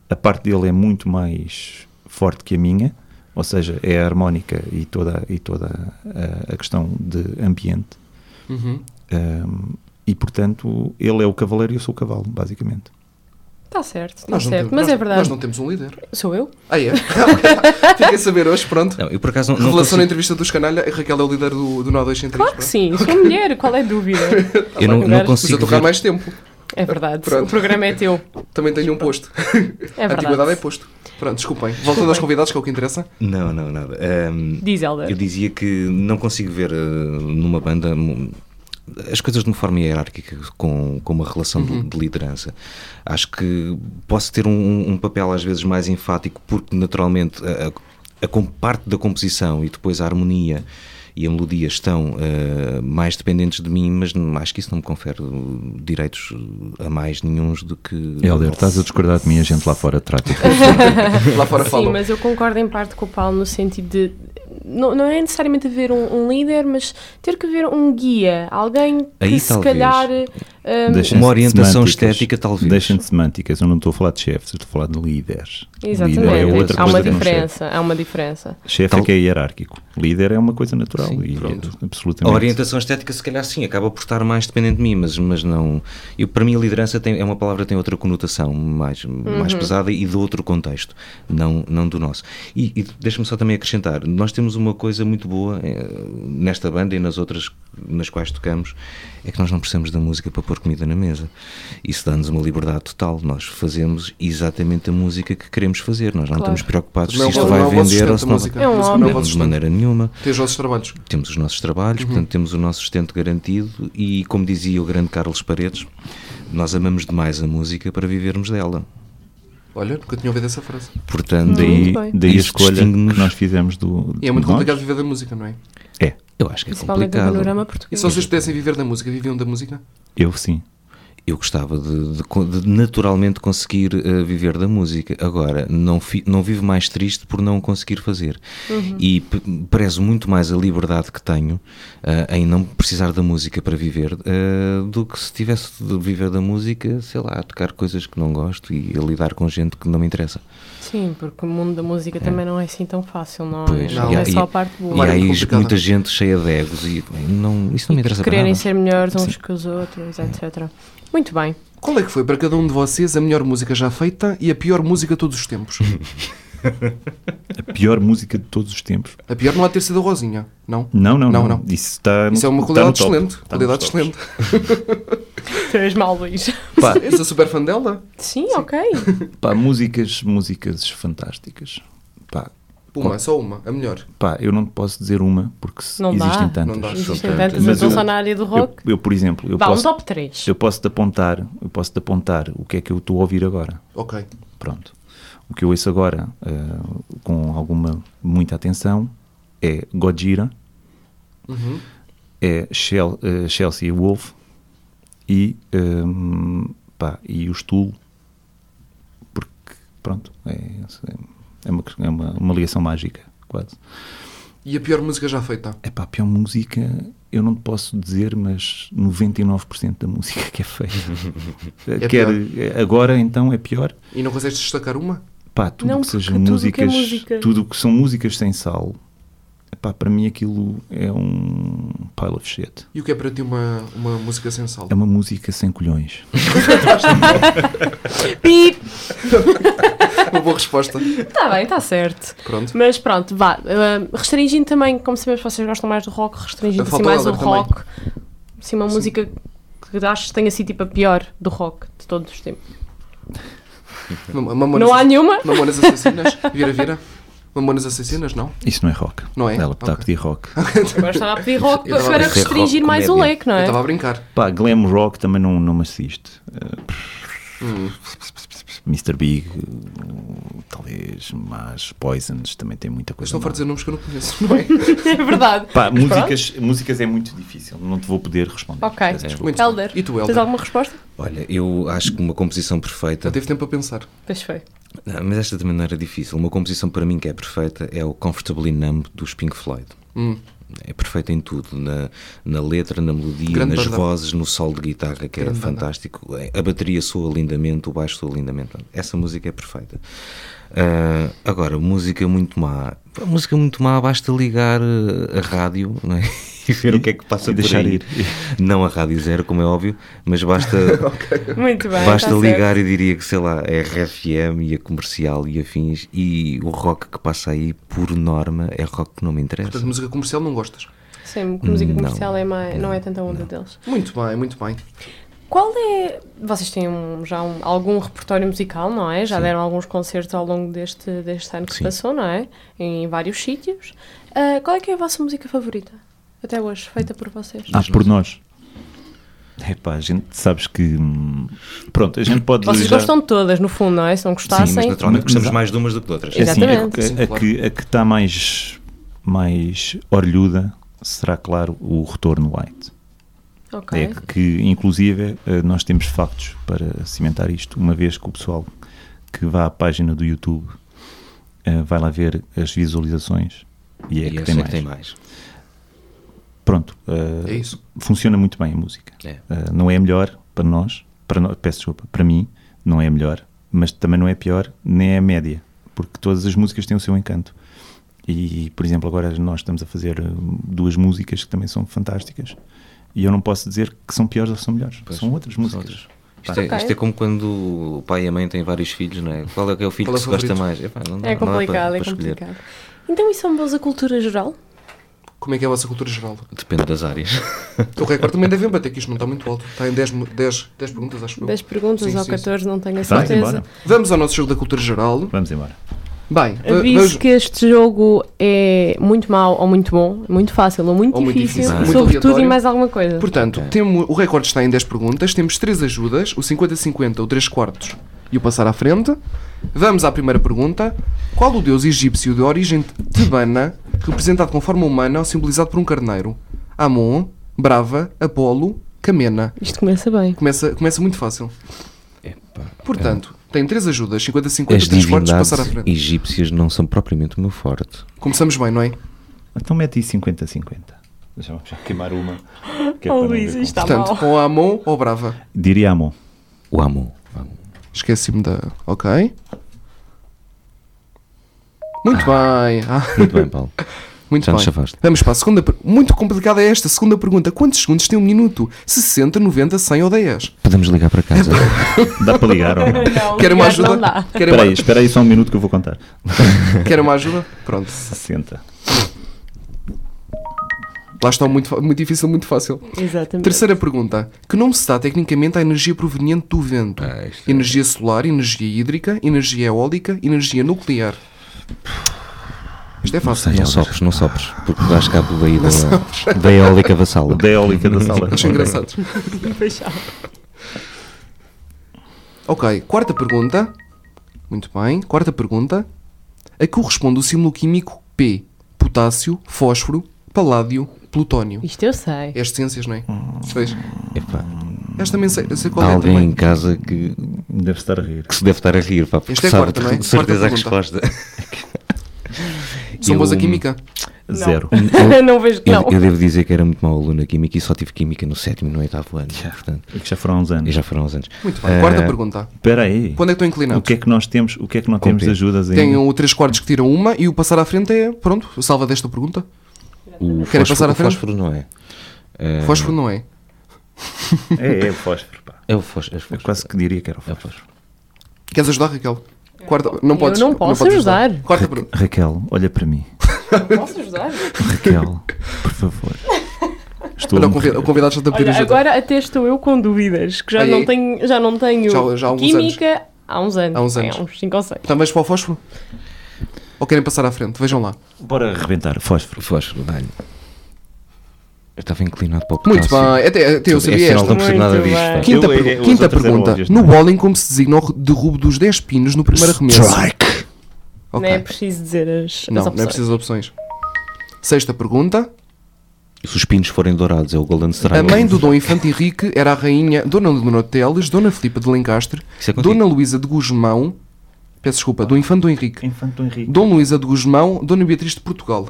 D: a parte dele é muito mais forte que a minha, ou seja, é a harmónica e toda, e toda eh, a, a questão de ambiente.
A: Uhum.
D: Ahm, e, portanto, ele é o cavaleiro e eu sou o cavalo, basicamente.
C: Está Tá certo, está
A: Nós não
C: certo.
A: temos-
C: Mas
A: nós-
C: é verdade.
A: Nós não temos um líder.
C: Sou eu?
A: Ah, é? Fiquei a saber hoje, pronto.
B: Não, eu por acaso não, não
A: Revelação na
B: consigo,
A: entrevista dos canalha, a Raquel é o líder do, do Nó 203.
C: Claro que sim, sou mulher, qual é a dúvida?
B: eu não, não
C: Mas eu
A: Mas eu
B: consigo
A: estou cá há
B: ver,
A: mais tempo.
C: É verdade,
A: Pronto.
C: o programa é teu.
A: Também tenho um posto.
C: É
A: a antiguidade é
C: verdade.
A: posto. Pronto, desculpem. Voltando aos convidados, que é o que interessa.
B: Não, não, nada. Ahm,
C: Diz Helder.
B: Eu dizia que não consigo ver eh, numa banda hum, as coisas de uma forma hierárquica, com, com uma relação de- de, liderança. Acho que posso ter um, um papel às vezes mais enfático, porque naturalmente a, a- a com- parte da composição e depois a harmonia e a melodia estão eh, mais dependentes de mim, mas não- acho que isso não me confere eh, direitos a mais nenhuns do que.
D: Helder, estás a discordar de mim, a gente lá fora trata.
A: Lá fora falam.
C: Sim, mas eu concordo em parte com o Paulo no sentido de. Não, não é necessariamente haver um, um líder, mas ter que haver um guia, alguém que
B: Aí
C: se
B: talvez.
C: calhar. hum,
D: Deixem-se
B: Uma
D: de
B: orientação
D: semânticas.
B: estética, talvez.
D: Deixem de semânticas, eu não estou a falar de chefes, eu estou a falar de líderes.
C: Exatamente,
D: Líder é outra
C: há
D: coisa
C: uma
D: que não é chefe.
C: diferença, há uma diferença.
D: Chefe é
B: Tal-
D: que é hierárquico. Líder é uma coisa natural
B: Sim,
D: e
B: pronto.
D: é
B: A
D: absolutamente.
B: orientação estética, se calhar, sim, acaba por estar mais dependente de mim, mas, mas não. Eu, para mim, a liderança tem, é uma palavra que tem outra conotação mais, mais pesada e de outro contexto, não, não do nosso. E, e deixa-me só também acrescentar: nós temos uma coisa muito boa eh, nesta banda e nas outras nas quais tocamos, é que nós não precisamos da música para pôr comida na mesa. Isso dá-nos uma liberdade total. Nós fazemos exatamente a música que queremos fazer, nós não
C: Claro.
B: estamos preocupados
A: Não é
B: se isto
A: o-
B: vai
A: não é o vosso
B: vender
A: sustento,
B: ou se
A: a
B: não
A: música.
B: vai.
C: É um
A: Música não é o
C: hobby.
A: vosso
B: De
A: sustento.
B: maneira nenhuma
A: Tem os vossos trabalhos.
B: temos os nossos
C: Uhum.
B: trabalhos, portanto temos o nosso sustento garantido e, como dizia o grande Carlos Paredes, nós amamos demais a música para vivermos dela.
A: Olha, nunca tinha ouvido essa frase.
B: Portanto,
D: Daí,
C: Muito bem.
D: daí a
B: Isso
D: escolha que
B: distingue-nos.
D: nós fizemos do.
A: E é muito
D: de nós.
A: complicado viver da música, não é?
D: É,
B: eu acho que é
C: Principalmente no panorama
B: complicado.
A: E
C: português.
A: se vocês pudessem viver da música, viviam da música?
D: eu sim.
B: Eu gostava de, de co- de naturalmente conseguir eh, viver da música. Agora, não, fi- não vivo mais triste por não o conseguir fazer.
C: Uhum.
B: E pe- prezo muito mais a liberdade que tenho eh, em não precisar da música para viver eh, do que se tivesse de viver da música, sei lá, a tocar coisas que não gosto e a lidar com gente que não me interessa.
C: Sim, porque o mundo da música também não é assim tão fácil, não, é?
B: Pois,
C: Não
A: e
C: é
A: aí-
C: só a parte
B: E
C: boa.
A: Claro, é
B: aí
A: muito
B: j-
A: complicado.
B: muita gente cheia de egos e bem, não, isso não me interessa para
C: Quererem
B: nada.
C: ser melhores uns que os outros, etc. Muito bem.
A: Qual é que foi para cada um de vocês a melhor música já feita e a pior música de todos os tempos?
D: A pior música de todos os tempos.
A: A pior não há de ter sido a Rosinha, não?
D: Não, não,
A: Não,
D: não.
A: não.
D: Isso está.
A: Isso é uma
D: está Tá no
A: qualidade
D: top.
A: excelente.
D: Está nos
A: Qualidade
D: tops.
A: excelente.
C: Tu és mal, Luís.
D: Pá,
A: Eu sou super fã dela.
C: Sim, ok.
D: pá, músicas, músicas fantásticas. Pá,
A: Uma, só uma, a melhor.
D: pá, eu não te posso dizer uma porque se-
C: Não dá.
D: existem
C: Não
D: tantas.
A: dá.
C: Existem
B: tantas.
C: tantas,
D: Mas
C: eu estou
D: eu-
C: é só na área do
D: Eu,
C: rock.
D: eu, por exemplo, eu
C: Vá, um
D: posso,
C: top 3.
D: eu posso te apontar, eu posso te apontar o que é que eu estou a ouvir agora.
A: Ok.
D: Pronto. O que eu ouço agora, eh, com alguma muita atenção, é Gojira,
A: Uhum.
D: é Shel- eh, Chelsea Wolf e, ehm, pá, e o Stool. Porque, pronto, é, é uma, é uma, uma ligação mágica, quase.
A: E a pior música já feita?
D: É pá, a pior música, eu não te posso dizer, mas 99% da música que é feita.
A: É
D: Quer,
A: pior.
D: agora, então, é pior.
A: E não consegues destacar uma?
D: Pá, tudo
C: Não,
D: que seja
C: porque tudo o que é
D: músicas,
C: música.
D: tudo o que são músicas sem sal, pá, para mim aquilo é um pile of shit.
A: E o que é para ti uma, uma música sem sal?
D: É uma música sem colhões.
C: Pip!
A: Uma boa resposta.
C: Está bem, está certo.
A: Pronto.
C: Mas pronto, vá. Ah, restringindo também, como sabemos, vocês gostam mais do rock, restringindo assim
A: Falta o
C: mais o
A: Helder também.
C: rock. Assim, uma música que achas que tenha sido tipo a pior do rock de todos os tempos.
A: Mam- Mamonas,
C: Não há nenhuma?
A: Mamonas Assassinas? Vira, vira. Mamonas Assassinas, não?
D: Isso não é rock.
A: Não é?
D: Ela está a
A: Ok.
D: pedir rock.
C: Agora estava a pedir rock
A: Eu
C: para
A: estava a
C: para
A: dizer
B: rock
C: restringir mais o
B: comédia.
C: leque, não
A: Eu
C: é?
A: estava a brincar.
D: Pá, glam rock também não, não me assiste. Uh,
A: Hum.
D: Mr. Big, uh, talvez, mas Poisons também tem muita coisa.
A: Estão a
D: má.
A: dizer nomes que eu não conheço, não é?
C: É verdade.
D: Pá,
C: Mas pronto.
D: músicas, músicas é muito difícil, não te vou poder responder.
C: Ok.
D: Peço desculpa.
A: Muito
C: Helder.
A: bem. E tu,
C: Tens
A: Helder?
C: alguma resposta?
B: Olha, eu acho que uma composição
A: Já
B: perfeita.
A: teve tempo a pensar.
C: Pois foi.
B: Ah, Mas esta também não era difícil. Uma composição para mim que é perfeita é o Comfortably Numb dos Pink Floyd.
A: Hum.
B: É perfeita em tudo, na, na letra, na melodia,
A: Grande
B: nas
A: banda.
B: vozes, no solo de guitarra, que é
A: Grande banda.
B: fantástico. A bateria soa lindamente, o baixo soa lindamente. Essa música é perfeita. Ah, agora, música muito má. Pá, Música muito má, basta ligar eh, a rádio não é? e ver o que é que passa
D: E
B: por
D: deixar
B: aí.
D: ir.
B: Não a rádio zero, como é óbvio, mas basta
C: Muito bem.
B: Basta
C: tá
B: ligar e diria que, sei lá, a RFM e a comercial e afins e o rock que passa aí, por norma, é rock que não me interessa.
A: Portanto, música comercial não gostas.
C: Certo. Sim, música
B: Não.
C: comercial é mais, não é tanta onda deles.
A: Muito bem, muito bem.
C: Qual é. Vocês têm um- já um- algum repertório musical, não é? Já deram alguns concertos ao longo deste, deste ano que se
B: Sim.
C: passou, não é? Em vários sítios. Ah, qual é que é a vossa música favorita? Até hoje, feita por vocês?
D: Ah, por nós. Epá, É a gente sabes que. hum, Pronto, a gente pode.
C: Vocês
D: já-
C: gostam de todas, no fundo, não é? Se não
B: Sim, mas
C: gostassem.
B: naturalmente
D: Mas-
B: gostamos
D: mas-
B: mais de umas do que de outras.
D: É assim, a,
C: Exatamente.
D: que-
A: Sim,
D: a
A: claro.
D: que, a que está mais, mais orelhuda será, claro, o Retorno Light.
C: ok.
D: É que, que, inclusive, eh, nós temos factos para cimentar isto, uma vez que o pessoal que vá à página do YouTube eh, vai lá ver as visualizações e é
B: E
D: que
B: essa
D: tem
B: é
D: mais.
B: que tem mais.
D: Pronto, eh,
A: É isso.
D: funciona muito bem a música.
B: É.
D: Eh, não é melhor para nós, para nós, peço desculpa, para mim não é melhor, mas também não é pior, nem é a média, porque todas as músicas têm o seu encanto. E, por exemplo, agora nós estamos a fazer eh, duas músicas que também são fantásticas. E eu não posso dizer que são piores ou são melhores.
B: Pois,
D: são outras
B: são
D: músicas.
B: outras. Isto é,
C: Ok.
B: isto é como quando o pai e a mãe têm vários filhos, não é? Qual é que é o filho
A: Qual é
B: que se
A: o
B: gosta
A: favorito?
B: mais? Epá, não dá-
C: É
B: não dá para-
C: complicado, é
B: para escolher.
C: complicado. Então, isso é uma voz da cultura geral?
A: Como é que é a vossa cultura geral?
B: Depende das áreas.
A: O recorde também devem bater, que isto não está muito alto. Está em 10, mu- 10, 10 perguntas, acho eu.
C: 10 perguntas
A: Sim, sim,
C: ou
A: sim.
C: 14, não tenho a
D: Vamos
C: certeza.
D: embora.
A: Vamos ao nosso jogo da cultura geral.
D: Vamos embora.
A: Bem, va-
C: Aviso
A: vamos-
C: que este jogo é muito mau ou muito bom, muito fácil ou muito
A: Ou muito
C: difícil,
A: difícil,
B: muito
C: sobre tudo e
A: aleatório.
C: mais alguma coisa.
A: Portanto, temos, o recorde está em 10 perguntas, temos 3 ajudas, o 50-50, o 3 quartos e o passar à frente. Vamos à primeira pergunta. Qual o deus egípcio de origem tebana, representado com forma humana ou simbolizado por um carneiro? Amon, Brava, Apolo, Camena.
C: Isto começa bem.
A: Começa, começa muito fácil.
B: Epá, é.
A: Portanto, tem 3 ajudas, 50-50,
B: as
A: 3 quartos,
B: divindades
A: passar à frente.
B: egípcias não são propriamente o meu forte.
A: Começamos bem, não é?
D: Então mete aí 50-50. Deixa já queimar uma. que é para
C: Oh,
D: não
C: Luís,
D: ver
C: isto está
A: Portanto,
C: mal.
A: com Amon ou Brava?
D: com- Diria Amon.
B: O amor. Amor.
A: Esqueci-me da. Ok. Muito bem. Ah,
B: Muito bem, Paulo.
A: muito
B: Já nos
A: bem.
B: chavaste.
A: Vamos para a segunda. per- Muito complicada é esta. Segunda pergunta: quantos segundos tem um minuto? 60, 90, 100 ou 10?
B: Podemos ligar para casa.
D: Dá para ligar ou não?
C: Não,
A: Querem uma
C: mas
A: ajuda?
C: Não dá.
A: Querem
D: Espera aí,
A: uma...
D: espera aí só um minuto que eu vou contar.
A: Querem uma ajuda? Pronto.
D: 60.
A: Lá está o muito, fa- muito difícil, muito fácil.
C: Exatamente.
A: Terceira pergunta: que nome se dá tecnicamente à energia proveniente do vento?
B: Ah, isto é-
A: Energia solar, energia hídrica, energia eólica, energia nuclear. Isto é fácil.
B: Não sopres, não sopres, porque vais cabo daí da, da eólica vassala.
D: Da eólica da sala.
A: Acho engraçado.
B: é
A: Ok, quarta pergunta. Muito bem, quarta pergunta. A que corresponde o símbolo químico P? Potássio, fósforo, paládio, plutónio.
C: Isto eu sei.
A: É as ciências, não é? Pois.
B: Epá,
A: Esta também sei, eu sei qual é
B: há Hum. alguém em
A: também.
B: casa que, que
D: Deve estar a rir.
B: se deve estar a rir, pá, porque
A: Esta é a
B: sabe
A: quarta,
B: de-
A: não é?
B: de certeza a
A: Quarta
B: resposta.
A: São
B: eu-
A: boas a química?
D: Zero.
B: Eu,
C: não vejo que
B: eu-
C: não.
B: eu devo dizer que era muito mau aluno na química e só tive química no sétimo e no oitavo ano. Portanto,
D: E É que já foram há uns
B: e
D: anos.
B: já foram uns anos.
A: Muito bem,
B: Eh,
A: quarta pergunta.
D: Espera aí.
A: Para onde é que estão
D: O
A: inclinados?
D: que é que nós temos? O que é que não temos de
B: Compreendo.
D: ajudas ainda?
A: Tem um. o 3 quartos que tiram uma e o passar à frente é. Pronto, salva desta pergunta.
B: O
A: Querem passar
B: fósforo,
A: à
B: o
A: frente?
B: fósforo não é. Eh,
A: Fósforo não é?
D: É, é o fósforo, pá.
B: É o fósforo. é o
D: Eu
B: fósforo.
D: quase que diria que era o fósforo.
A: Queres ajudar, Raquel? Quarta... Não
C: Eu
A: podes.
C: não posso
A: podes
C: ajudar.
A: Quarta pergunta.
D: Raquel, olha para mim.
C: Posso ajudar?
D: Raquel, por favor. Estou
A: Olha,
D: a
A: o convidado, o
D: morrer.
A: convidado já está a pedir
C: Olha,
A: ajuda.
C: agora até estou eu com dúvidas, que já
A: Aí.
C: não tenho, já não tenho
A: Já- já há alguns
C: química Há uns anos.
A: Há uns
C: é,
A: anos.
C: Há uns 5 ou 6.
A: Então vamos para o fósforo? Ou querem passar à frente? Vejam lá.
D: Bora arrebentar, fósforo.
B: Fósforo, dá-lhe. Eu estava inclinado para o
D: Ah,
A: Muito
B: potássio.
A: bem, até, até eu
B: É
A: sabia
B: sinal de
A: esta.
B: não perceber nada
C: Muito
B: disto.
C: bem.
B: pá.
A: Quinta,
D: Eu-
A: pergu-
D: eu- os
A: quinta
D: outros eram
A: pergunta.
D: óbvios,
A: No
D: não é?
A: bowling, como se designa o derrubo dos 10 pinos no primeiro arremesso? Ok.
C: Nem é preciso dizer as,
A: Não,
C: as opções.
A: não é preciso opções. Sexta pergunta.
B: Se os pinos forem dourados, é o Golden
A: A
B: Strike.
A: mãe do Dom Infante Henrique era a rainha Dona Leonor de Teles, Dona Filipa de Lencastre,
B: Isso é contigo.
A: Dona Luísa de Guzmão, peço desculpa, do Infante Dom Henrique,
D: Infanto Henrique.
A: Dom Luísa de Guzmão, Dona Beatriz de Portugal.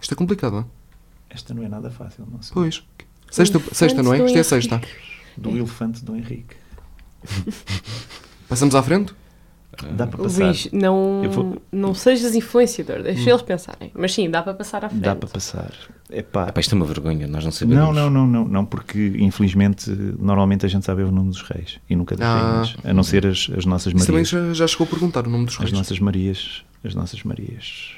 A: Isto é complicado, não é?
D: Esta não é nada fácil, não sei.
A: Pois. Sexta,
C: Infante
A: sexta, não é?
C: Dom
A: Isto é
C: Henrique.
A: sexta.
D: Do elefante do Henrique.
A: Passamos à frente?
D: Dá para passar.
C: Luís, não,
D: Eu vou- Hum.
C: não sejas influenciador, deixa eles pensarem. Mas sim, dá para passar à frente.
D: Dá para passar. É pá.
B: Ah, pá, isto é uma vergonha, nós não sabemos.
D: Não, não, não, não, não, porque infelizmente normalmente a gente sabe o nome dos reis e nunca das
A: Ah.
D: rainhas, a não ser as, as nossas
A: Isso também
D: Marias.
A: já, já chegou a perguntar o nome dos
D: As
A: reis.
D: nossas Marias, as nossas Marias.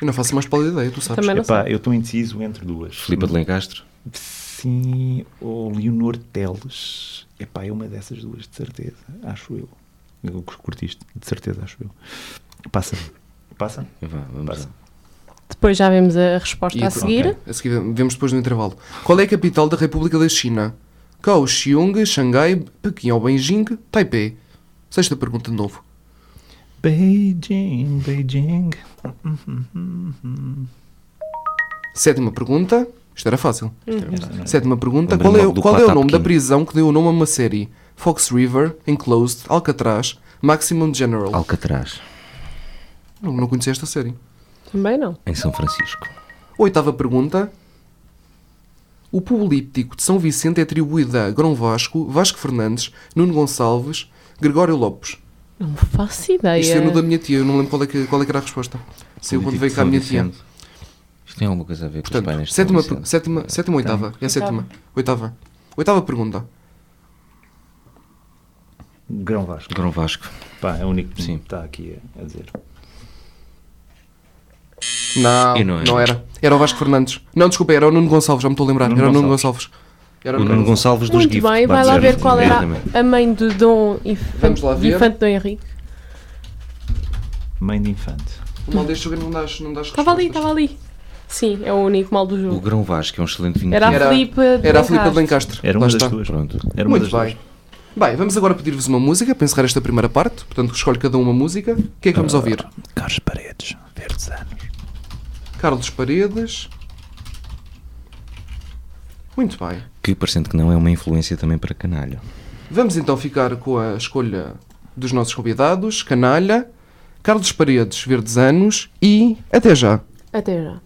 A: Eu não faço mais pálida ideia, tu sabes.
C: Também não
D: Epá,
C: sei.
D: eu estou indeciso entre duas.
B: Filipa de Lencastre.
D: Sim, ou Leonor Teles. Epá, é uma dessas duas, de certeza, acho eu. Eu que curtiste, de certeza, acho eu. Passa-me. Passa-me?
B: Vá, vamos
D: Passa.
B: lá.
C: Depois já vemos a resposta
A: E-
C: a seguir.
D: ok.
A: A seguir, vemos depois do intervalo. Qual é a capital da República da China? Kaohsiung, Xangai, Pequim ou Beijing, Taipei. Sexta pergunta de novo.
D: Beijing, Beijing.
A: Uhum. Sétima pergunta. Isto era fácil. Sétima pergunta.
B: Lembrei-me
A: Qual é,
B: logo do
A: qual é o
B: Platá
A: nome da
B: Pequim.
A: prisão que deu o nome a uma série? Fox River, Enclosed, Alcatraz, Maximum General.
B: Alcatraz,
A: Não, não conhecia esta série.
C: Também não.
B: em São Francisco.
A: Oitava pergunta. O políptico de São Vicente é atribuído a Grão Vasco, Vasco Fernandes, Nuno Gonçalves, Gregório Lopes.
C: Não faço ideia.
A: Isto é no da minha tia, eu não lembro qual é que, qual é que era a resposta. Saiu quando veio cá a minha tia.
B: Isto tem alguma coisa a ver com os
A: Portanto,
B: painéis de
A: sétima,
B: São Vicente?
A: sétima, sétima ou oitava? É a sétima. Oitava. Oitava pergunta.
D: Grão Vasco.
B: Grão Vasco.
D: Pá, é o único que
B: Sim.
D: está aqui a, a dizer.
A: Não,
B: E não
A: não,
B: era.
A: era. Era o Vasco Fernandes. Não, desculpa, era o Nuno Gonçalves, já me estou a lembrar.
D: Nuno
A: era o Nuno Gonçalves. Era
B: O Nuno Gonçalves dos
C: Muito
B: Gift.
C: bem, vai lá ver qual era a mãe do Dom Inf-
A: Vamos lá ver.
C: Infante Dom Henrique.
D: Mãe de infante.
A: O mal deste jogo é que não dás, não dás
C: Estava ali,
A: respostas.
C: estava ali. Sim, é o único mal do
B: O
C: jogo.
B: Grão Vasco é um excelente vinho.
C: Era a
A: Era-
C: Filipe de
A: Era a Filipa de
C: Lencastre.
A: Lencastre.
D: Era
A: Lá
D: uma das
A: está.
D: duas.
B: Pronto.
D: Era uma
A: Muito
D: das
A: bem. Bem, vamos agora pedir-vos uma música para encerrar esta primeira parte. Portanto, escolhe cada um uma música. O que é que vamos ouvir?
D: duas. Carlos Paredes, verdes anos.
A: Carlos Paredes. Muito bem.
B: Que parecendo que não é uma influência também para canalha.
A: Vamos então ficar com a escolha dos nossos convidados, Canalha, Carlos Paredes, Verdes Anos e até já.
C: Até já.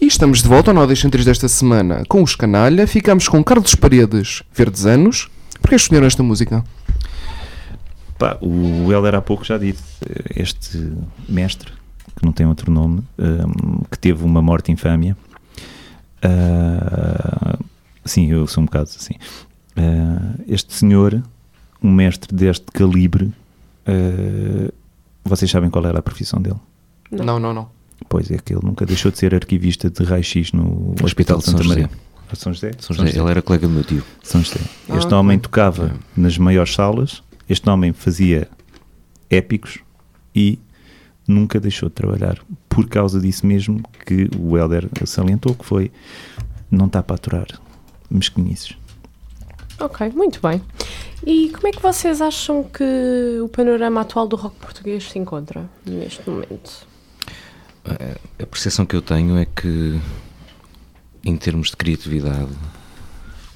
A: E estamos de volta ao Nó 203 desta semana com os Canalha. Ficamos com Carlos Paredes, Verdes Anos. Porquê escolheram esta música?
D: Pá, o Helder há pouco já disse, eh, este mestre, que não tem outro nome, hum, que teve uma morte infâmia. Ah, sim, eu sou um bocado assim. Ah, este senhor, um mestre deste calibre, ah, vocês sabem qual era a profissão dele?
C: Não.
A: não, não. não.
D: Pois é, que ele nunca deixou de ser arquivista de raio-x no Hospital, de Santa Maria. São José?
B: São José, Ele era colega do meu tio.
D: São José.
A: Ah,
D: Este
A: ok.
D: homem tocava nas maiores salas, este homem fazia épicos e nunca deixou de trabalhar. Por causa disso mesmo que o Helder salientou, que foi não está para aturar mesquinices.
C: Ok, muito bem. E como é que vocês acham que o panorama atual do rock português se encontra neste momento?
B: A percepção que eu tenho é que, em termos de criatividade,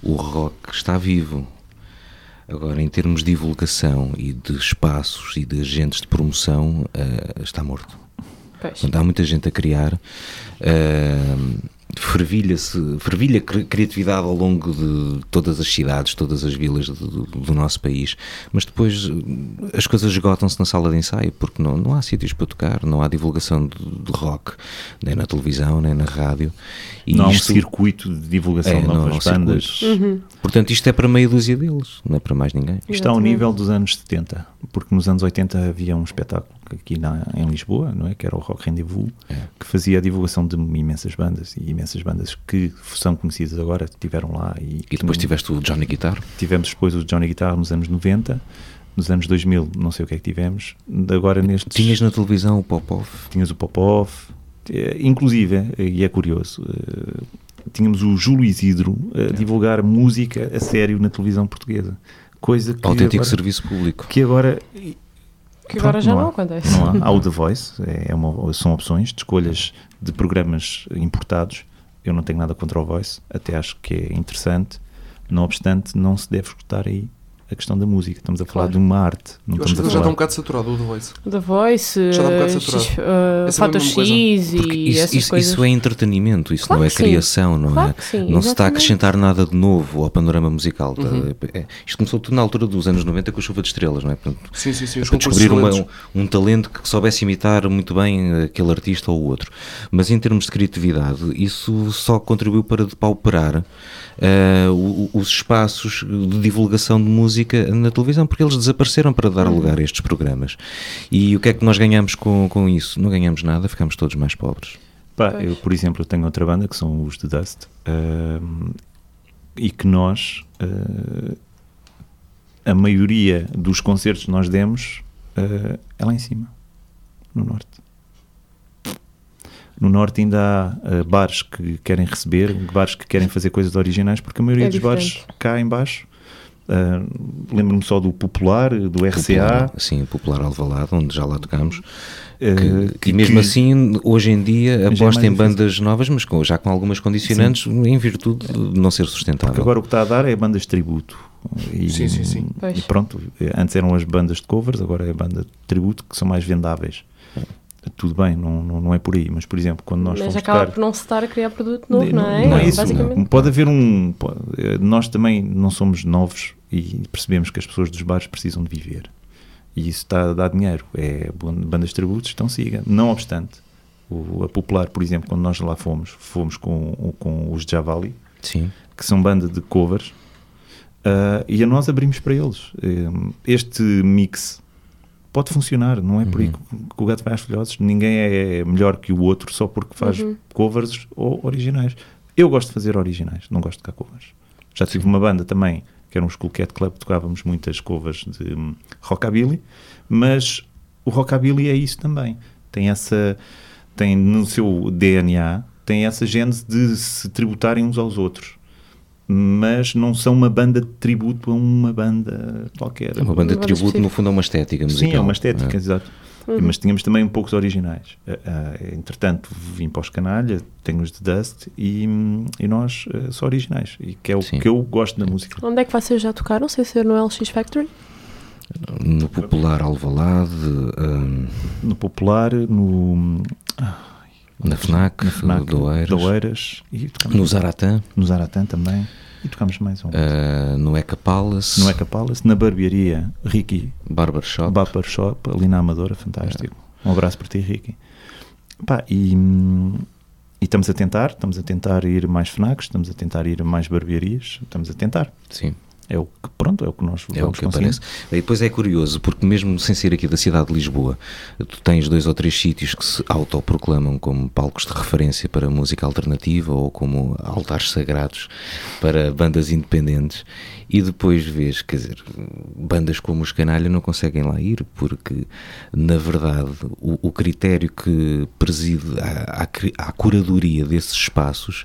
B: o rock está vivo. Agora, em termos de divulgação e de espaços e de agentes de promoção, eh, está morto.
C: Pois.
B: Portanto, há muita gente a criar. ahm, fervilha-se, fervilha cri- criatividade ao longo de todas as cidades, todas as vilas do, do nosso país, mas depois hum, as coisas esgotam-se na sala de ensaio, porque não, não há sítios para tocar, não há divulgação de, de rock, nem na televisão, nem na rádio. E
D: não há um
B: isto-
D: circuito de divulgação
B: é,
D: de
B: não há um
D: novas
A: Uhum.
D: bandas.
B: circuito. Portanto, isto é para meia dúzia deles, não é para mais ninguém.
D: Isto ao
C: Exatamente.
D: nível dos anos 70, porque nos anos 80 havia um espetáculo aqui na, em Lisboa, não é? que era o Rock Rendezvous,
B: É.
D: que fazia a divulgação de imensas bandas e imensas bandas que são conhecidas agora, que estiveram lá. E,
B: E depois tiveste o Johnny Guitar.
D: tivemos depois o Johnny Guitar nos anos 90, nos anos 2000, não sei o que é que tivemos, agora nestes
B: Tinhas na televisão o Popov.
D: tinhas o Popov, eh, inclusive, eh, e é curioso, eh, tínhamos o Júlio Isidro a
B: É.
D: divulgar música a sério na televisão portuguesa. Coisa que
B: Autêntico
D: agora-
B: serviço público.
D: que agora
C: Que
D: Pronto,
C: agora já não,
D: há.
C: acontece.
D: Não há. Há o The Voice, é uma- são opções de escolhas de programas importados. Eu não tenho nada contra o Voice, até acho que é interessante. Não obstante, não se deve escutar aí a questão da música. Estamos a falar
C: Claro.
D: de uma arte, não
A: Eu acho que
D: estamos a
A: já está um
D: falar.
A: bocado saturado o The Voice.
C: The Voice,
A: Já dá um bocado
C: eh,
A: saturado.
C: X, eh,
A: Essa é a
C: Fator
A: mesma coisa.
C: X e
B: Porque isso,
C: essas
B: isso-
C: coisas.
B: isso é entretenimento, isso
C: Claro
B: não é
C: que sim.
B: criação, não
C: Claro
B: é?
C: que sim,
B: não se está a
C: exatamente. Uhum.
B: acrescentar nada de novo ao panorama musical. tá? É, Isto começou tudo na altura dos anos 90 com a chuva de estrelas, não é? Portanto,
A: Sim, sim, sim. Os
B: para
A: concursos
B: descobrir uma-
A: talentos.
B: um, um talento que soubesse imitar muito bem aquele artista ou outro. Mas em termos de criatividade, isso só contribuiu para depauperar eh, o- o- os espaços de divulgação de música na televisão, porque eles desapareceram para dar
A: Uhum.
B: lugar a estes programas. E o que é que nós ganhamos com, com isso? Não ganhamos nada, ficamos todos mais pobres.
D: Pá,
C: Pois.
D: eu, por exemplo, eu tenho outra banda que são os The Dust ahm, e que nós, ah, a maioria dos concertos que nós demos ah, é lá em cima, no Norte. No Norte ainda há ah, bares que querem receber, bares que querem fazer coisas originais, porque a maioria
C: É
D: dos
C: diferente.
D: bares cá em baixo. ah, Lembro-me só do Popular, do RCA,
B: Popular, sim, Popular Alvalade, onde já lá tocámos.
D: eh,
B: que, e mesmo
D: que-
B: assim, hoje em dia,
D: é mais
B: aposta em
D: difícil.
B: bandas novas, mas com- já com algumas condicionantes, em virtude de não ser sustentável.
D: Porque agora o que está a dar é bandas de tributo. E,
A: Sim, sim, sim.
D: E
C: Pois.
D: pronto, antes eram as bandas de covers, agora é a banda de tributo que são mais vendáveis. Tudo bem, não, não, não é por aí, mas por exemplo, quando nós
C: É. Mas
D: fomos
C: acaba
D: tocar-
C: por não se estar a criar produto novo, não,
D: não,
C: é?
D: não é isso.
C: Basicamente.
D: não. Pode haver um. po- eh, Nós também não somos novos e percebemos que as pessoas dos bares precisam de viver. E isso está a dar dinheiro. É bon- bandas de tributos, então siga. Não obstante, o- a Popular, por exemplo, quando nós lá fomos, fomos com, com os Javali,
B: Sim.
D: que são banda de covers, ah, e a nós abrimos para eles. Hum, este mix pode funcionar, não é por aí
B: Uhum.
D: que- que o gato vai às filhotes, ninguém é melhor que o outro só porque faz covers ou originais. Eu gosto de fazer originais, não gosto de tocar covers. Já tive uma banda também, que era um School Cat Club, tocávamos muitas covers de hum, rockabilly, mas o rockabilly é isso também. Tem essa, tem no seu DNA, tem essa gênese de se tributarem uns aos outros. mas não são uma banda de tributo a uma banda qualquer.
B: É uma banda de
C: Banda
B: tributo, no
C: específica.
B: fundo, é uma estética musical.
D: Sim, é uma
B: É.
D: estética, exato. Mas tínhamos também um poucos originais. Ah, ah, entretanto, vim para os Canalha, tenho os de Dust e, hum, e nós ah, só originais. E que é o
B: Sim.
D: que eu gosto da música.
C: Onde é que vocês já tocaram, sem ser é no LX Factory?
B: Eh, No popular Alvalade, hum,
D: No Popular, no. ah,
B: na FNAC,
D: na FNAC,
B: do Oeiras,
D: da Oeiras, e tocámos
B: no Zaratã,
D: no Zaratã também. E tocámos mais um.
B: ah, no Eca Palace,
D: No Eca Palace, na barbearia Ricky
B: Barbershop.
D: Barber Shop, ali na Amadora, fantástico.
B: É.
D: Um abraço para ti, Ricky. Pá, e, hum, e estamos a tentar, estamos a tentar ir a mais FNACs, estamos a tentar ir a mais barbearias, estamos a tentar.
B: Sim.
D: É o que, pronto, é o que nós
B: É o
D: vamos
B: que
D: conseguindo.
B: aparece. E depois é curioso, porque mesmo sem ser aqui da cidade de Lisboa, tu tens dois ou três sítios que se autoproclamam como palcos de referência para música alternativa ou como altares sagrados para bandas independentes e depois vês, quer dizer, bandas como os Canalha não conseguem lá ir porque, na verdade, o, o critério que preside a, a, cri- a curadoria desses espaços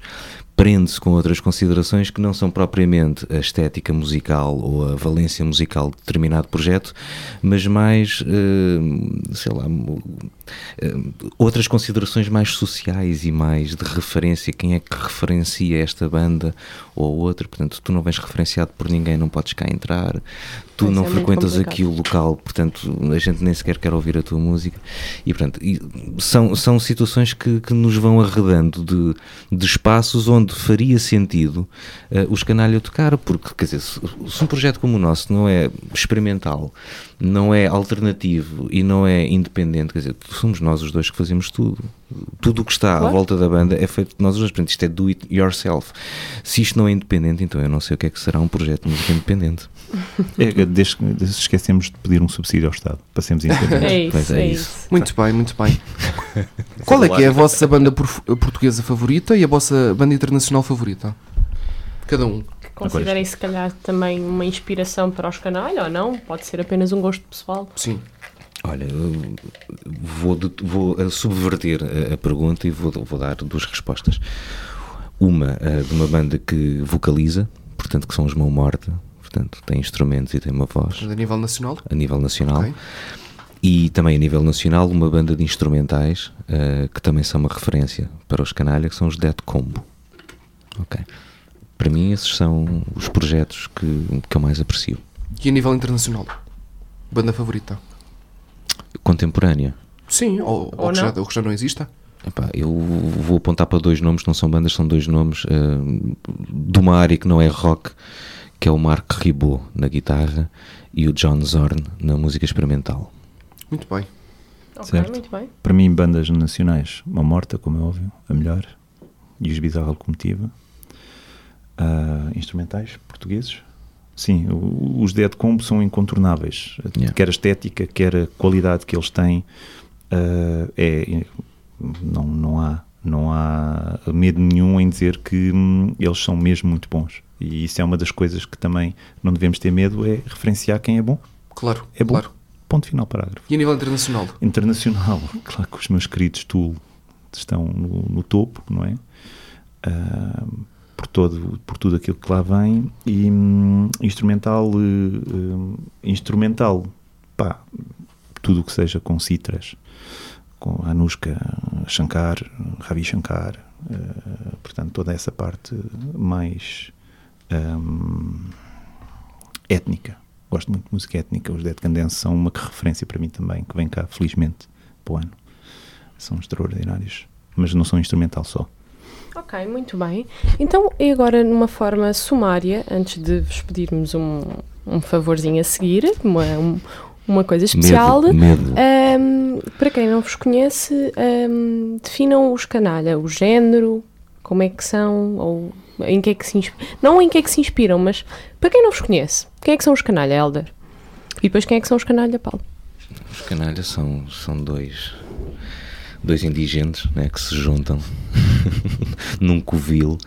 B: prende-se com outras considerações que não são propriamente a estética musical ou a valência musical de determinado projeto, mas mais, eh, sei lá, mo- eh, outras considerações mais sociais e mais de referência. Quem é que referencia esta banda ou outra? Portanto, tu não vens referenciado por ninguém, não podes cá entrar, tu
C: Pois
B: não
C: é, muito
B: frequentas
C: complicado.
B: aqui o local, portanto, a gente nem sequer quer ouvir a tua música. E, portanto, e são, são situações que, que nos vão arredando de, de espaços onde faria sentido eh, os canalha tocar, porque, quer dizer, se, se um projeto como o nosso não é experimental, não é alternativo e não é independente, quer dizer, somos nós os dois que fazemos tudo. Tudo o que está à
C: Claro.
B: volta da banda é feito de nós os dois, portanto, isto é do it yourself. Se isto não é independente, então eu não sei o que é que será um projeto de música independente.
D: É, que desde que desde que esquecemos de pedir um subsídio ao Estado, passemos
C: É
D: independentes.
C: isso,
B: Pois é
C: é
B: isso.
C: isso.
A: Muito bem, muito bem. Qual é que é a vossa banda porf- portuguesa favorita e a vossa banda internacional favorita? Cada um.
C: Que Considerem se calhar também uma inspiração para os canalha ou não? Pode ser apenas um gosto pessoal.
A: Sim.
B: Olha, eu vou, de- vou, eh, subverter a, a pergunta e vou, vou dar duas respostas. Uma eh, de uma banda que vocaliza, portanto, que são os Mão Morta, portanto, tem instrumentos e tem uma voz
A: A nível nacional?
B: a nível nacional.
A: Ok.
B: E também a nível nacional, uma banda de instrumentais eh, que também são uma referência para os canalha, que são os Dead Combo. Ok. Para mim, esses são os projetos que, que eu mais aprecio.
A: E a nível internacional? Banda favorita?
B: Contemporânea.
A: Sim, ou, ou
C: Ou
A: que, já,
C: não?
A: ou que já não exista?
B: Epá, eu vou apontar para dois nomes, não são bandas, são dois nomes eh, de uma área que não é rock, que é o Mark Ribot na guitarra e o John Zorn na música experimental.
A: Muito bem.
C: Ok,
D: Certo.
C: muito bem.
D: Para mim, bandas nacionais, uma morta, como é óbvio, a melhor, e os Bizarra Locomotiva, Ah, instrumentais portugueses. Sim, o- os Dead Combo são incontornáveis,
B: Yeah.
D: quer a estética, quer a qualidade que eles têm, ah, é, não, não, há, não há medo nenhum em dizer que hum, eles são mesmo muito bons. E isso é uma das coisas que também não devemos ter medo, é referenciar quem é bom.
A: Claro,
D: É bom.
A: claro.
D: Ponto final, parágrafo
A: E a nível internacional?
D: internacional. Claro que os meus queridos Tool estão no, no topo, não é? Ah, por, todo, por tudo aquilo que lá vem. E hum, instrumental, eh, hum, instrumental, pá, tudo o que seja com citras, com Anushka, Shankar, Ravi Shankar, eh, portanto, toda essa parte mais hum, étnica. Gosto muito de música étnica. Os Dead Candence são uma que referência para mim também, que vem cá, felizmente, para o ano. São extraordinários. Mas não são instrumental só.
C: Ok, muito bem. Então, e agora, numa forma sumária, antes de vos pedirmos um, um favorzinho a seguir, uma, um- uma coisa especial.
B: Medo, medo.
C: ahm, para quem não vos conhece, ahm, definam os canalha, o género, como é que são, ou em que é que se inspiram. Não em que é que se inspiram, mas para quem não vos conhece, quem é que são os canalha, Helder? E depois quem é que são os canalha, Paulo?
B: Os canalhas são, são dois, dois indigentes né, que se juntam num covil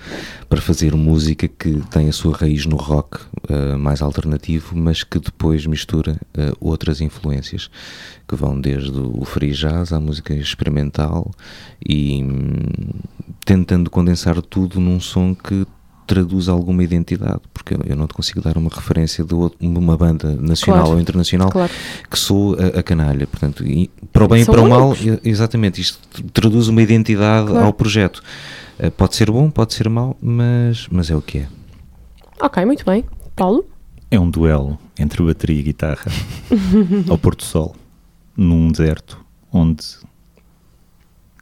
B: para fazer música que tem a sua raiz no rock eh, mais alternativo, mas que depois mistura eh, outras influências que vão desde o free jazz à música experimental e hum, tentando condensar tudo num som que traduz alguma identidade, porque eu, eu não te consigo dar uma referência de outro- uma banda nacional
C: Claro.
B: ou internacional
C: Claro.
B: que sou a, a canalha. Portanto, e para o bem e
C: São
B: para o mal,
C: únicos.
B: e- exatamente, isto tr- traduz uma identidade
C: Claro.
B: ao projeto. Eh, Pode ser bom, pode ser mau, mas, mas é o que é.
C: Ok, muito bem. Paulo?
D: É um duelo entre bateria e guitarra ao pôr do sol, num deserto onde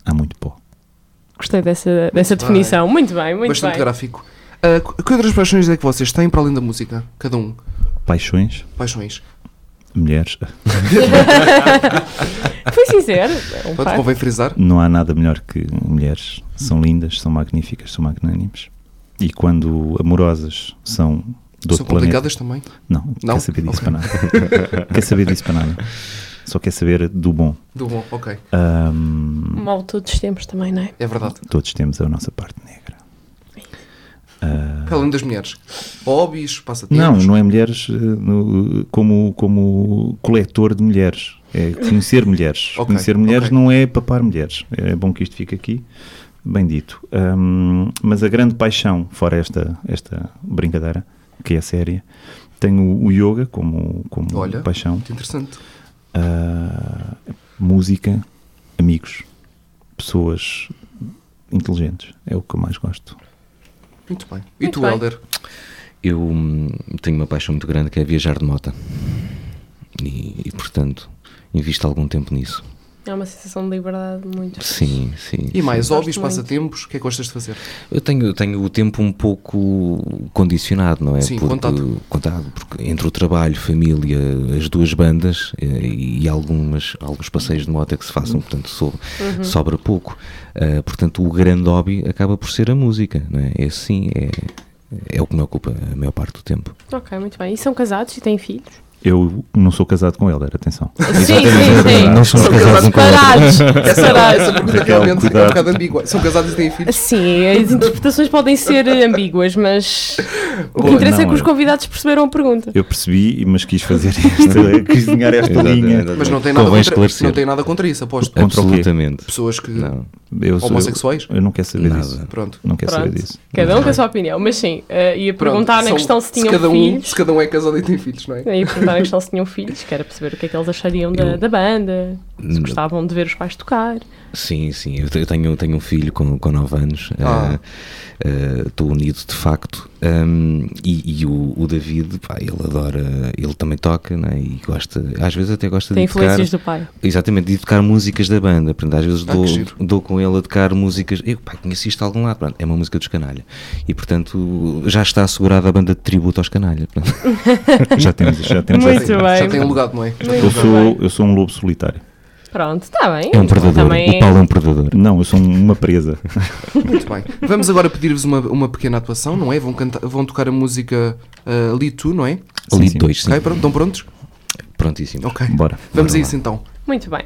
D: há muito pó.
C: Gostei dessa, dessa
A: bem.
C: definição. Muito bem, muito
A: Bastante
C: bem.
A: gráfico. Ah, que que outras paixões é que vocês têm para além da música? Cada um.
D: Paixões,
A: Paixões.
D: mulheres,
C: Foi sincero. É um
A: Pronto,
C: par.
A: convém frisar.
D: não há nada melhor que mulheres. São lindas, são magníficas, são magnânimes. E quando amorosas são do
A: São
D: outro planeta.
A: complicadas também.
D: Não,
A: Não?
D: não, quer saber disso para nada. quer saber disso para nada. Só quer saber do bom.
A: Do bom, ok.
D: Ahm,
C: Mal todos os tempos também, não é?
A: É verdade.
D: todos temos a nossa parte negra. Ah,
A: Para além das mulheres. Hobbies, passatempos.
D: Não, não é mulheres eh, no- como, como coletor de mulheres. É conhecer mulheres.
A: Ok,
D: conhecer mulheres
A: ok.
D: não é papar mulheres. É bom que isto fique aqui, bem dito. Ahm, mas a grande paixão, fora esta, esta brincadeira, que é séria, tenho o yoga como, como
A: Olha.
D: paixão.
A: Muito interessante.
D: Ah, música, amigos, pessoas inteligentes. É o que eu mais gosto.
A: Muito bem. E
C: Muito
A: tu,
C: bem.
A: Helder?
B: Eu hum, tenho uma paixão muito grande que é viajar de moto. E, e, portanto, invisto algum tempo nisso.
C: É uma sensação de liberdade muito.
B: Sim, sim.
A: E mais,
C: Gosto
A: hobbies,
C: muito.
A: passatempos, o que é que gostas de fazer?
B: Eu tenho, eu tenho o tempo um pouco condicionado, não é?
A: Sim, contado.
B: contado, porque entre o trabalho, família, as duas bandas eh, e algumas, alguns passeios de moto é que se façam, portanto, so-
A: Uhum.
B: sobra pouco. Ah, portanto, o grande hobby acaba por ser a música, não é? Esse sim é, é o que me ocupa a maior parte do tempo.
C: Ok, muito bem. E são casados e têm filhos?
D: Eu não sou casado com Helder, atenção.
C: Sim, sim, sim.
B: Não somos casados um com o outro.
C: separados.
A: Essa
C: separados.
A: pergunta
D: Raquel,
A: realmente é um
D: cuidado.
A: bocado ambígua. São casados e têm filhos?
C: Sim, as interpretações podem ser ambíguas, mas o que
D: Boa,
C: interessa é
D: não,
C: que os
D: eu-
C: convidados perceberam a pergunta.
D: Eu percebi, mas quis fazer esta, quis desenhar esta
B: Exatamente,
D: linha.
B: exatamente.
A: Mas não tem, nada
B: Convém
A: contra,
B: esclarecer.
A: não tem nada contra isso, aposto.
D: Contra o quê?
B: Absolutamente.
A: Pessoas que.
B: Não.
D: Eu sou-
A: Homossexuais?
D: Eu, não quero saber
B: Nada.
D: disso.
A: Pronto.
D: Não quero
C: Pronto.
D: saber disso.
C: Cada um com a sua opinião, mas sim, eh, ia
A: Pronto,
C: perguntar na
A: são-
C: questão se tinham
A: cada um,
C: filhos.
A: Se cada um é casado e tem filhos, não é?
C: Ia perguntar na questão se tinham filhos, que era perceber o que é que eles achariam da, da banda, se
B: Hum.
C: gostavam de ver os pais tocar.
B: Sim, sim, eu te- eu tenho, tenho um filho com, com 9 anos,
A: Ah.
B: eh, eh, estou unido de facto, hum, e, e o, o David, pá, ele adora, ele também toca, né, e gosta, às vezes até gosta
C: Tem
B: de tocar,
C: influências do pai.
B: exatamente, de tocar músicas da banda, portanto, às vezes
A: Ah,
B: dou,
A: que giro.
B: dou com ele a tocar músicas, eu pá, conheci isto de algum lado, pronto, é uma música dos Canalha, e portanto já está assegurada a banda de tributo aos Canalha, portanto,
D: Já temos, já temos
C: Muito
D: essa-
A: Já
C: bem.
A: tem um legado, não é? Já tem
C: Muito
A: um
D: Eu
A: legado.
D: sou, eu sou um lobo solitário.
C: Pronto, está bem.
B: é um predador,
C: Também
B: o Paulo é um predador.
D: Não, eu sou uma presa.
A: Muito bem. Vamos agora pedir-vos uma, uma pequena atuação, não é? Vão, cantar, vão tocar a música ah, Ali Tu, não é?
B: Ali
D: sim.
B: dois, sim,
A: Ok, pronto, estão prontos?
B: prontíssimo.
A: Ok.
D: Bora.
A: Vamos a
B: Bora
A: isso então.
C: Muito bem.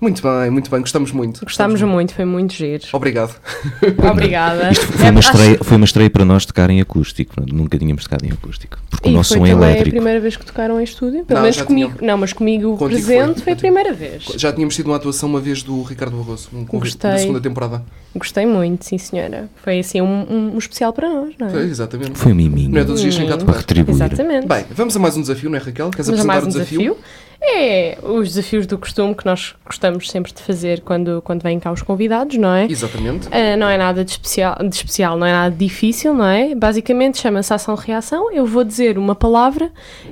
A: Muito bem, muito bem, gostamos muito.
C: Gostámos muito, foi muito giro.
A: Obrigado.
C: Obrigada.
B: Foi
C: É,
B: uma,
C: acho-
B: estreia, foi uma estreia para nós tocar em acústico, portanto, nunca tínhamos tocado em acústico. Porque o
C: E
B: nosso
C: foi
B: som é
C: também a
B: elétrico.
C: primeira vez que tocaram em estúdio, pelo
A: Não,
C: menos
A: já
C: comigo.
A: tinham.
C: Não, mas comigo
A: Contigo
C: presente
A: foi.
C: foi a primeira vez.
A: Já tínhamos tido uma atuação uma vez do Ricardo Barroso, um convite da
C: Gostei.
A: segunda temporada.
C: Gostei muito, sim senhora. Foi assim um, um- um especial para nós, não
A: Foi,
C: é? Hum,
A: exatamente.
B: Foi um miminho
A: Não é todos os dias que vem cá
B: para
A: tocar.
B: retribuir.
C: Exatamente.
A: Bem, vamos a mais um desafio, não é Raquel? Queres
C: Mas há
A: apresentar
C: mais
A: o
C: um
A: desafio?
C: desafio? É os desafios do costume que nós gostamos sempre de fazer quando, quando vêm cá os convidados, não é?
A: Exatamente.
C: Ah, não é nada de especial, de especial, não é nada difícil, não é? Basicamente chama-se ação-reação. Eu vou dizer uma palavra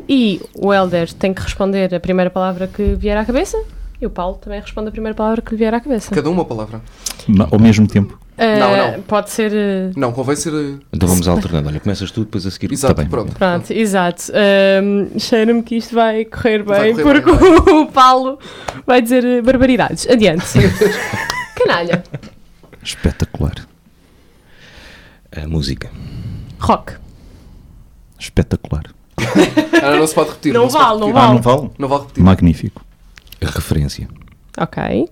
C: e o Helder tem que responder a primeira palavra que vier à cabeça e o Paulo também responde a primeira palavra que lhe vier à cabeça.
A: Cada um uma palavra.
D: Ma- Ao mesmo tempo.
C: Ah,
A: Não, não.
C: Pode ser. ah,
A: Não, convém ser. eh,
B: Então vamos alternando. Olha, começas tu, depois a seguir.
A: Exato,
B: Tá bem.
A: pronto.
C: Pronto, exato. Ahm, Cheira-me que isto vai correr
A: Vai
C: bem,
A: correr
C: porque o Paulo vai dizer eh, barbaridades. Adiante. Canalha.
D: Espetacular.
B: A música.
C: Rock.
D: Espetacular.
A: Ah, não se pode repetir.
C: Não
A: se pode
C: vale, não
A: repetir.
C: vale.
D: Ah, não vale?
A: Não vale repetir.
D: Magnífico.
B: A referência.
C: Ok.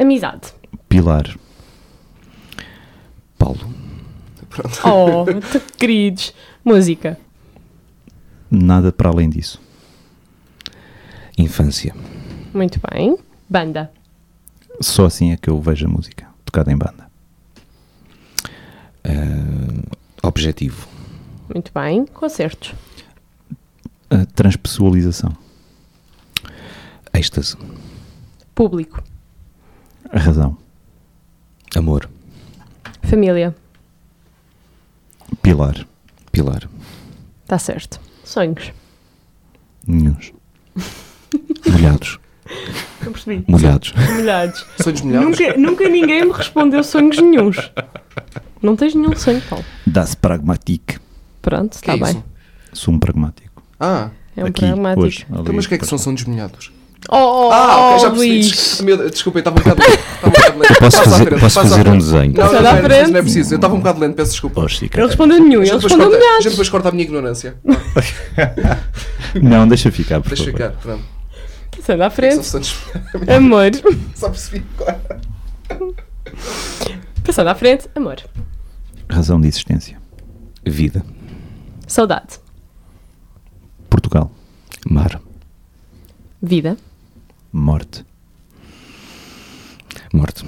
C: Amizade.
D: Pilar.
B: Paulo.
A: Pronto.
C: Oh, tu queridos. Música.
D: Nada para além disso.
B: Infância.
C: Muito bem. Banda.
D: Só assim é que eu vejo a música tocada em banda.
B: Ah, objetivo.
C: Muito bem. Concertos.
D: A transpessoalização.
B: Êxtase.
C: Público.
D: A razão.
B: Amor.
C: Família.
D: Pilar.
B: Pilar.
C: Está Tá certo. Sonhos.
D: Nenhuns.
B: Molhados.
C: Não percebi.
B: Molhados.
C: Molhados.
A: Sonhos melhores.
C: nunca, nunca ninguém me respondeu sonhos nenhuns. Não tens nenhum sonho, Paulo.
D: Das pragmatique.
A: Que
C: Pronto, está
A: é
C: Tá bem.
A: isso?
D: Sou um pragmático.
A: Ah,
C: É um
D: Aqui,
C: pragmático.
D: hoje, ali,
A: então, mas o que é que
D: depois.
A: são sonhos molhados?
C: Oh, oh,
A: Ah,
C: oh,
A: ok, já percebi.
C: Luís.
A: Des- meu Deus, Desculpa, eu estava um bocado lento. Estava um bocado lento.
B: Eu posso
A: Passa à
B: fazer,
A: frente,
B: posso
A: passa à
B: fazer um
A: frente.
B: desenho.
A: Não, não,
C: Passa à
A: não,
C: frente.
A: não é preciso. Eu estava um bocado lento, peço desculpa.
D: Oh,
C: Ele
D: Chica.
C: respondeu nenhum,
A: A
C: ele
A: gente depois
C: respondeu
A: corta- a
C: melhor.
A: gente depois corta a minha ignorância.
D: Não, deixa ficar, por
A: Deixa
D: favor.
A: ficar, pronto.
C: Sendo à
A: São
C: frente,
A: sonhos
C: amor.
A: Só percebi. claro.
C: Passando à frente, amor.
D: Razão de existência.
B: Vida.
C: Saudade.
D: Portugal.
B: Mar.
C: Vida.
D: Morte.
B: Morte.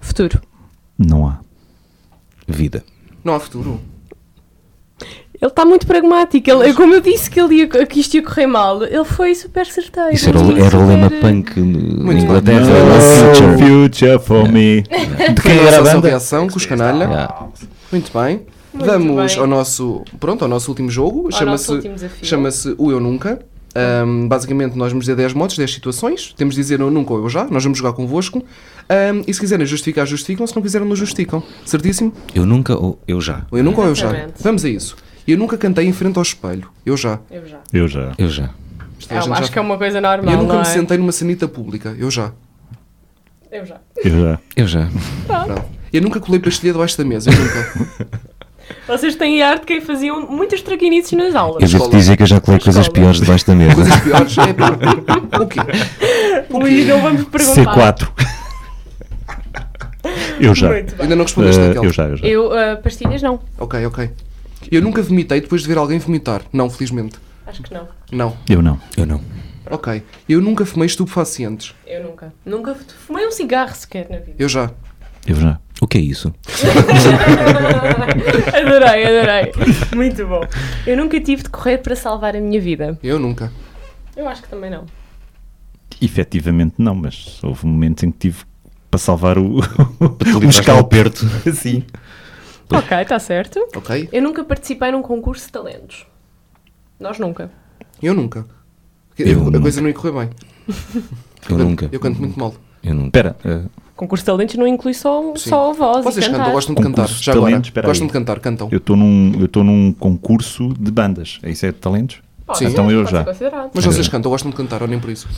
C: Futuro.
D: Não há.
B: Vida.
A: Não há futuro.
C: Ele está muito pragmático. Ele, como eu disse que, ele ia, que isto ia correr mal, ele foi super certeiro.
B: Isso era, o-
C: Tinha
B: era o lema
C: super-
B: punk na
A: bem.
B: Inglaterra.
D: No
B: Era o future.
D: future É. for me. De quem
A: Nossa
D: era a
A: ação
D: banda?
A: reação com os canalha.
B: Yeah.
A: Muito bem. Vamos
C: bem.
A: ao nosso, pronto, ao nosso último jogo.
C: nosso último
A: Chama-se
C: desafio.
A: chama-se O Eu Nunca. Ahm, basicamente, nós vamos dizer 10 modos, 10 situações. Temos de dizer eu nunca ou eu já. Nós vamos jogar convosco. Ahm, e se quiserem justificar, justificam. Se não quiserem, não justificam. Certíssimo?
B: Eu nunca ou eu já.
A: Ou eu nunca ou eu já.
C: Exatamente.
A: Vamos a isso. Eu nunca cantei em frente ao espelho. Eu já.
C: Eu já.
D: Eu já.
B: Eu já.
A: Isto
C: É,
A: a gente
C: acho
A: já-
C: que é uma coisa normal.
A: Eu nunca
C: não
A: me
C: é?
A: sentei numa sanita pública. Eu já.
C: Eu já.
D: Eu já.
B: Eu já.
A: Pronto. Eu nunca colei pastilha debaixo da mesa. Eu nunca.
C: Vocês têm arte que faziam muitas traquinices nas
B: Eu
C: aulas.
B: devo dizer que eu já colei coisas
C: Escola.
B: piores debaixo da mesa.
A: Coisas piores. É, pá. O quê?
C: Luís, não vamos perguntar.
D: C4. Eu já.
C: Muito bem.
A: Ainda não respondeste
D: Eh,
A: naquela.
D: eu já, eu já.
C: é Eu, ah, pastilhas não.
A: Ok, ok. Eu nunca vomitei depois de ver alguém vomitar. Não, felizmente.
C: Acho que não.
A: Não.
D: Eu não.
B: Eu não.
A: Ok. Eu nunca fumei estupefacientes.
C: Eu nunca. Nunca fumei um cigarro sequer na vida.
A: Eu já.
D: Eu já.
B: O que é isso?
A: Um
C: Adorei, adorei. Muito bom. Eu nunca tive de correr para salvar a minha vida.
A: Eu nunca.
C: Eu acho que também não.
D: Efetivamente não, mas houve momentos em que tive para salvar o, o
B: livraste do
D: escalperto. Sim.
C: Ok, está certo.
A: Ok?
C: Eu nunca participei num concurso de talentos. Nós nunca.
A: Eu nunca. Que-
B: Eu
A: a
B: nunca.
A: coisa não ia correr bem.
B: Eu nunca.
A: Eu canto muito mal.
B: Eu nunca.
D: Espera. eh,
C: Concurso de talentos não inclui só,
A: Sim.
C: só a voz
A: Vocês
C: e cantar.
A: cantam, gostam de cantar.
D: Concurso de
A: Já agora.
D: talentos, espera
A: Gostam
D: aí.
A: de cantar, cantam.
D: eu estou num, eu estou num concurso de bandas. É isso é de talentos?
C: Pode
A: Sim.
C: ser,
D: Então eu
C: pode
D: já.
C: ser considerado.
A: Mas vocês cantam, gostam de cantar, ou nem por isso.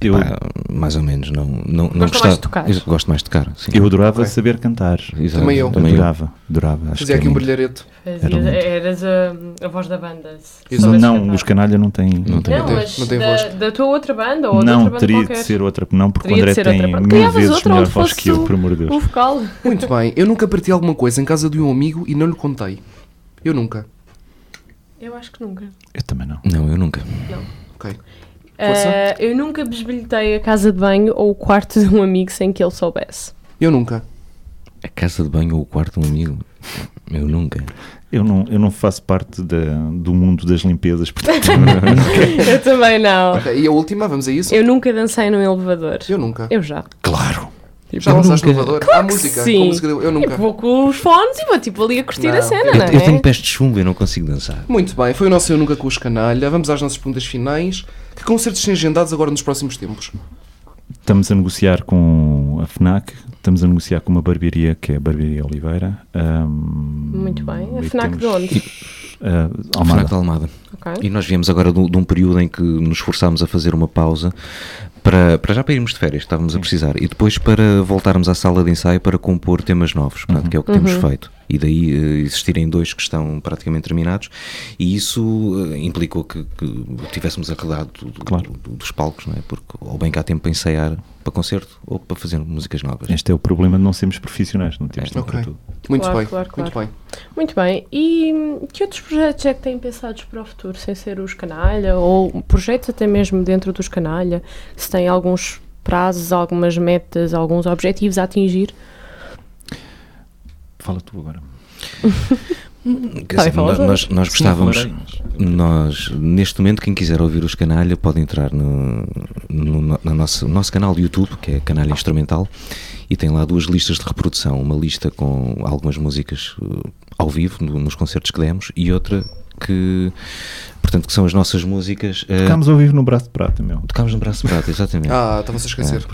D: Eu,
B: Pá, mais ou menos, não, não, não
C: Gosta mais de
B: gostava-
C: tocar.
B: Eu Gosto mais de tocar, sim.
D: eu adorava
A: Ok.
D: saber cantar.
B: Exato,
A: Também eu.
D: Adorava, adorava. acho
A: Fazia
D: que
A: aqui
D: é
A: um
D: muito-
A: brilhareto.
D: Era muito.
C: Eras a, a voz da banda. se
A: Isso.
C: soubesses
D: Não,
C: cantar.
D: os canalha não têm. Não,
B: tem-
C: Não,
A: tem-
C: mas
A: não tem
C: da,
A: voz.
C: da tua outra banda ou de outra banda
D: teria
C: qualquer.
D: de ser outra, não, porque
C: Teria
D: o
C: de
D: André
C: ser outra
D: tem
C: parte.
D: mil
C: Criavas
D: vezes
C: outra
D: melhor
C: onde
D: voz
C: fosse
D: que eu,
C: tu.
D: por amor de
C: Um
D: Deus.
C: vocal.
A: Muito bem, eu nunca parti alguma coisa em casa de um amigo e não lhe contei. Eu nunca.
C: Eu acho que nunca.
D: Eu também não.
B: Não, eu nunca.
A: Ok. Força.
C: Ah, eu nunca bisbilhotei a casa de banho ou o quarto de um amigo sem que ele soubesse.
A: Eu nunca.
B: A casa de banho ou o quarto de um amigo? Eu nunca.
D: Eu não, eu não faço parte da, do mundo das limpezas, portanto.
C: eu também não.
A: Ok, e a última, vamos a isso?
C: Eu nunca dancei num elevador.
A: Eu nunca.
C: Eu já.
B: Claro!
A: Já
B: Eu
A: lançaste o
B: nunca.
A: elevador? Há
C: que
A: música?
C: sim.
A: Com música de- Eu nunca.
C: Eu vou com os fones e vou tipo ali a curtir
A: Não.
C: a cena,
B: Eu,
C: não é?
B: eu tenho pés de chumbo, eu não consigo dançar.
A: Muito bem, foi o nosso Eu Nunca com os Canalha. Vamos às nossas perguntas finais. Que concertos têm agendados agora nos próximos tempos?
D: Estamos a negociar com a FNAC, estamos a negociar com uma barbearia, que é a Barbearia Oliveira. ahm,
C: Muito bem. A
D: e
C: FNAC de
D: temos,
C: onde?
D: ah,
B: Fraco
D: Almada.
B: de Almada. E
C: Ok.
B: nós viemos agora de um- de um período em que nos forçámos a fazer uma pausa para, para já para irmos de férias, estávamos a precisar, e depois para voltarmos à sala de ensaio para compor temas novos, portanto, que é o que
D: Uhum.
B: temos feito. E daí eh, existirem dois que estão praticamente terminados, e isso eh, implicou que, que tivéssemos arredado do- do-
D: Claro.
B: do- dos palcos, não é? Porque ou bem que há tempo para ensaiar para concerto ou para fazer músicas novas.
D: Este é o problema de não sermos profissionais, não temos
B: É.
D: tempo
A: Ok.
D: para tudo.
A: Muito
C: Claro,
A: bem.
C: claro,
A: Muito bem.
C: Muito bem. E hum, que outros projetos é que têm pensados para o futuro, sem ser os canalha? Ou projetos até mesmo dentro dos canalha? Se têm alguns prazos, algumas metas, alguns objetivos a atingir?
D: Fala tu agora.
B: Quer
C: Tá,
B: dizer,
C: e falas
B: nós, nós, nós gostávamos,
C: eh,
D: falarei,
B: nós, neste momento, quem quiser ouvir os Canalha pode entrar no, no, na nosso, nosso canal do YouTube, que é Canalha Instrumental, e tem lá duas listas de reprodução, uma lista com algumas músicas eh, ao vivo, no- nos concertos que demos, e outra que, portanto, que são as nossas músicas... eh,
D: Ficámos ao vivo no braço de prata, meu.
B: tocámos no braço de prata, exatamente.
A: Ah, estava-se a esquecer.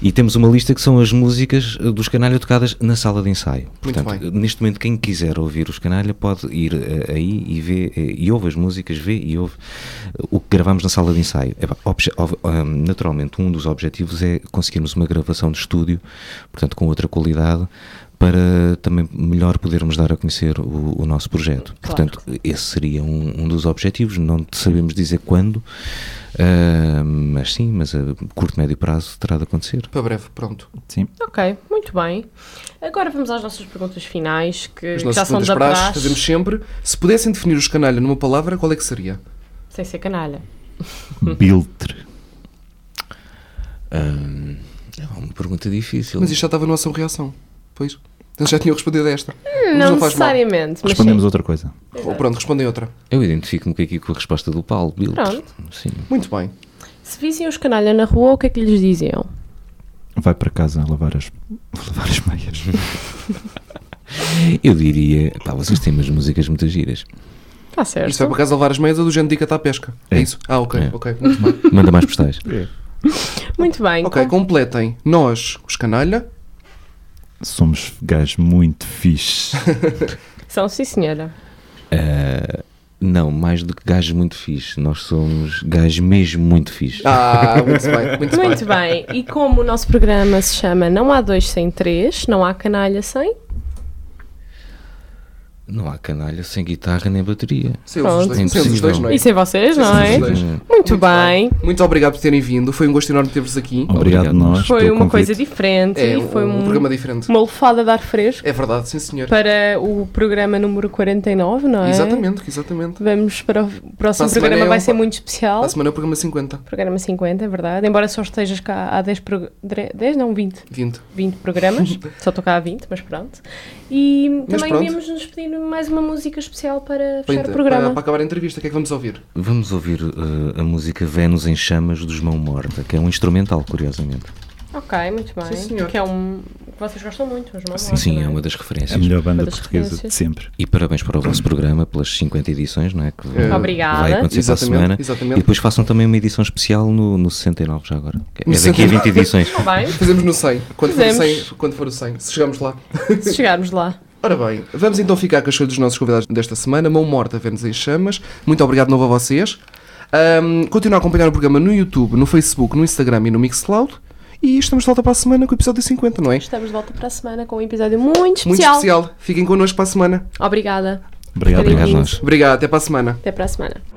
B: E temos uma lista que são as músicas eh, dos Canalha tocadas na sala de ensaio.
A: Muito
B: Portanto,
A: bem.
B: eh, neste momento, quem quiser ouvir os Canalha pode ir eh, aí e vê, eh, e ouve as músicas, vê e ouve eh, o que gravamos na sala de ensaio. Epá, obje- ob- ah, naturalmente, um dos objetivos é conseguirmos uma gravação de estúdio, portanto, com outra qualidade, para também melhor podermos dar a conhecer o, o nosso projeto. Portanto, esse seria um, um dos objetivos, não sabemos dizer quando, ah, mas sim, mas a curto, médio prazo terá de acontecer.
A: Para breve, pronto.
D: Sim.
C: Ok, muito bem. Agora vamos às nossas perguntas finais, que,
A: As
C: que já
A: nossas
C: são
A: perguntas
C: da
A: para
C: praxe,
A: fazemos sempre. Se pudessem definir os Canalha numa palavra, qual é que seria?
C: sem ser canalha.
D: Biltre.
B: Hum, é uma pergunta difícil.
A: Mas isto já estava no ação reação. Pois. Eles já tinham respondido a esta. Mas
C: Não,
A: faz mal.
C: necessariamente, mas
D: Respondemos
C: sim.
D: outra coisa.
A: Ou pronto, respondem outra.
B: Eu identifico-me aqui com a resposta do Paulo. Biltre.
C: Pronto.
B: Sim.
A: Muito bem.
C: Se vissem os canalha na rua, o que é que lhes diziam?
D: Vai para casa lavar as, lavar as meias.
B: Eu diria, pá, vocês têm umas músicas muito giras.
C: Está Tá certo.
A: Isto vai para casa levar as meias ou do género de dica está à pesca. É,
D: É.
A: isso? Ah, ok,
B: É.
A: ok. Muito bem.
B: Manda mais postais.
C: Muito bem.
A: Ok, completem. Nós, os Canalha,
D: Somos gajos muito fixe.
C: São sim, senhora.
B: Ah, não, mais do que gajos muito fixe. Nós somos gajos mesmo muito fixe.
A: Ah, muito bem, muito,
C: Muito bem. E como o nosso programa se chama Não Há Dois Sem Três, Não Há Canalha Sem,
B: Não há canalha sem guitarra nem bateria.
A: Sem os
C: Pronto.
A: dois, sem os dois, não é?
C: e sem vocês, não é?
A: Sim, sim, sim.
B: Hum,
C: Muito bem.
A: Muito obrigado por terem vindo, foi um gosto enorme ter-vos aqui.
D: Obrigado,
B: Obrigado.
D: nós.
C: Foi
D: pelo
C: uma
D: convite.
C: coisa diferente
A: É
C: e
A: um,
C: foi um-
A: programa diferente.
C: uma lufada de ar fresco
A: É verdade, sim senhor.
C: para o programa número 49, não é?
A: Exatamente, exatamente.
C: Vamos para o
A: Para a
C: próximo
A: semana
C: programa,
A: é um
C: vai
A: pa-
C: ser muito especial.
A: Para a semana é o programa 50,
C: Programa 50, é verdade. Embora só estejas cá há 10, pro... dre- 10 não, 20.
A: 20.
C: 20 programas. só estou cá há 20, mas pronto. E também
A: pronto.
C: viemos nos pedir mais uma música especial
A: Para,
C: para fechar
A: inter-
C: o programa.
A: para- para acabar a entrevista, o que é que vamos ouvir?
B: Vamos ouvir eh, a música Vênus em Chamas dos Mão Morta, que é um instrumental, curiosamente.
C: Ok, muito bem.
A: Sim, senhor.
C: que é um. que vocês gostam muito, os Mamonas,
B: Sim,
C: não
B: é uma das referências.
D: A melhor banda
C: das
D: portuguesa de
C: referências.
D: sempre.
B: E parabéns para o vosso programa, pelas 50 edições, não é? Que vai-
C: Obrigada.
B: Vai acontecer para a
A: Exatamente,
B: semana.
A: exatamente.
B: E depois façam também uma edição especial no, no 69, já agora. que
A: No
B: É daqui a 20
A: 69.
B: edições.
C: Está bem,
A: Fazemos no 100, quando for o
C: Fazemos.
A: 100, quando for o 100, se chegamos lá.
C: se chegarmos lá.
A: Ora bem, vamos então ficar com as escolhas dos nossos convidados desta semana. Mão Morta, Vênus em Chamas. Muito obrigado de novo a vocês. Ahm, continua a acompanhar o programa no YouTube, no Facebook, no Instagram e no Mixcloud. E estamos de volta para a semana com o episódio 50, não é?
C: Estamos de volta para a semana com um episódio muito
A: Muito
C: especial.
A: especial. Fiquem connosco para a semana.
C: Obrigada.
D: Obrigado.
B: Obrigado,
C: Beijinhos.
B: nós.
A: Obrigado, até para a semana.
C: Até para a semana.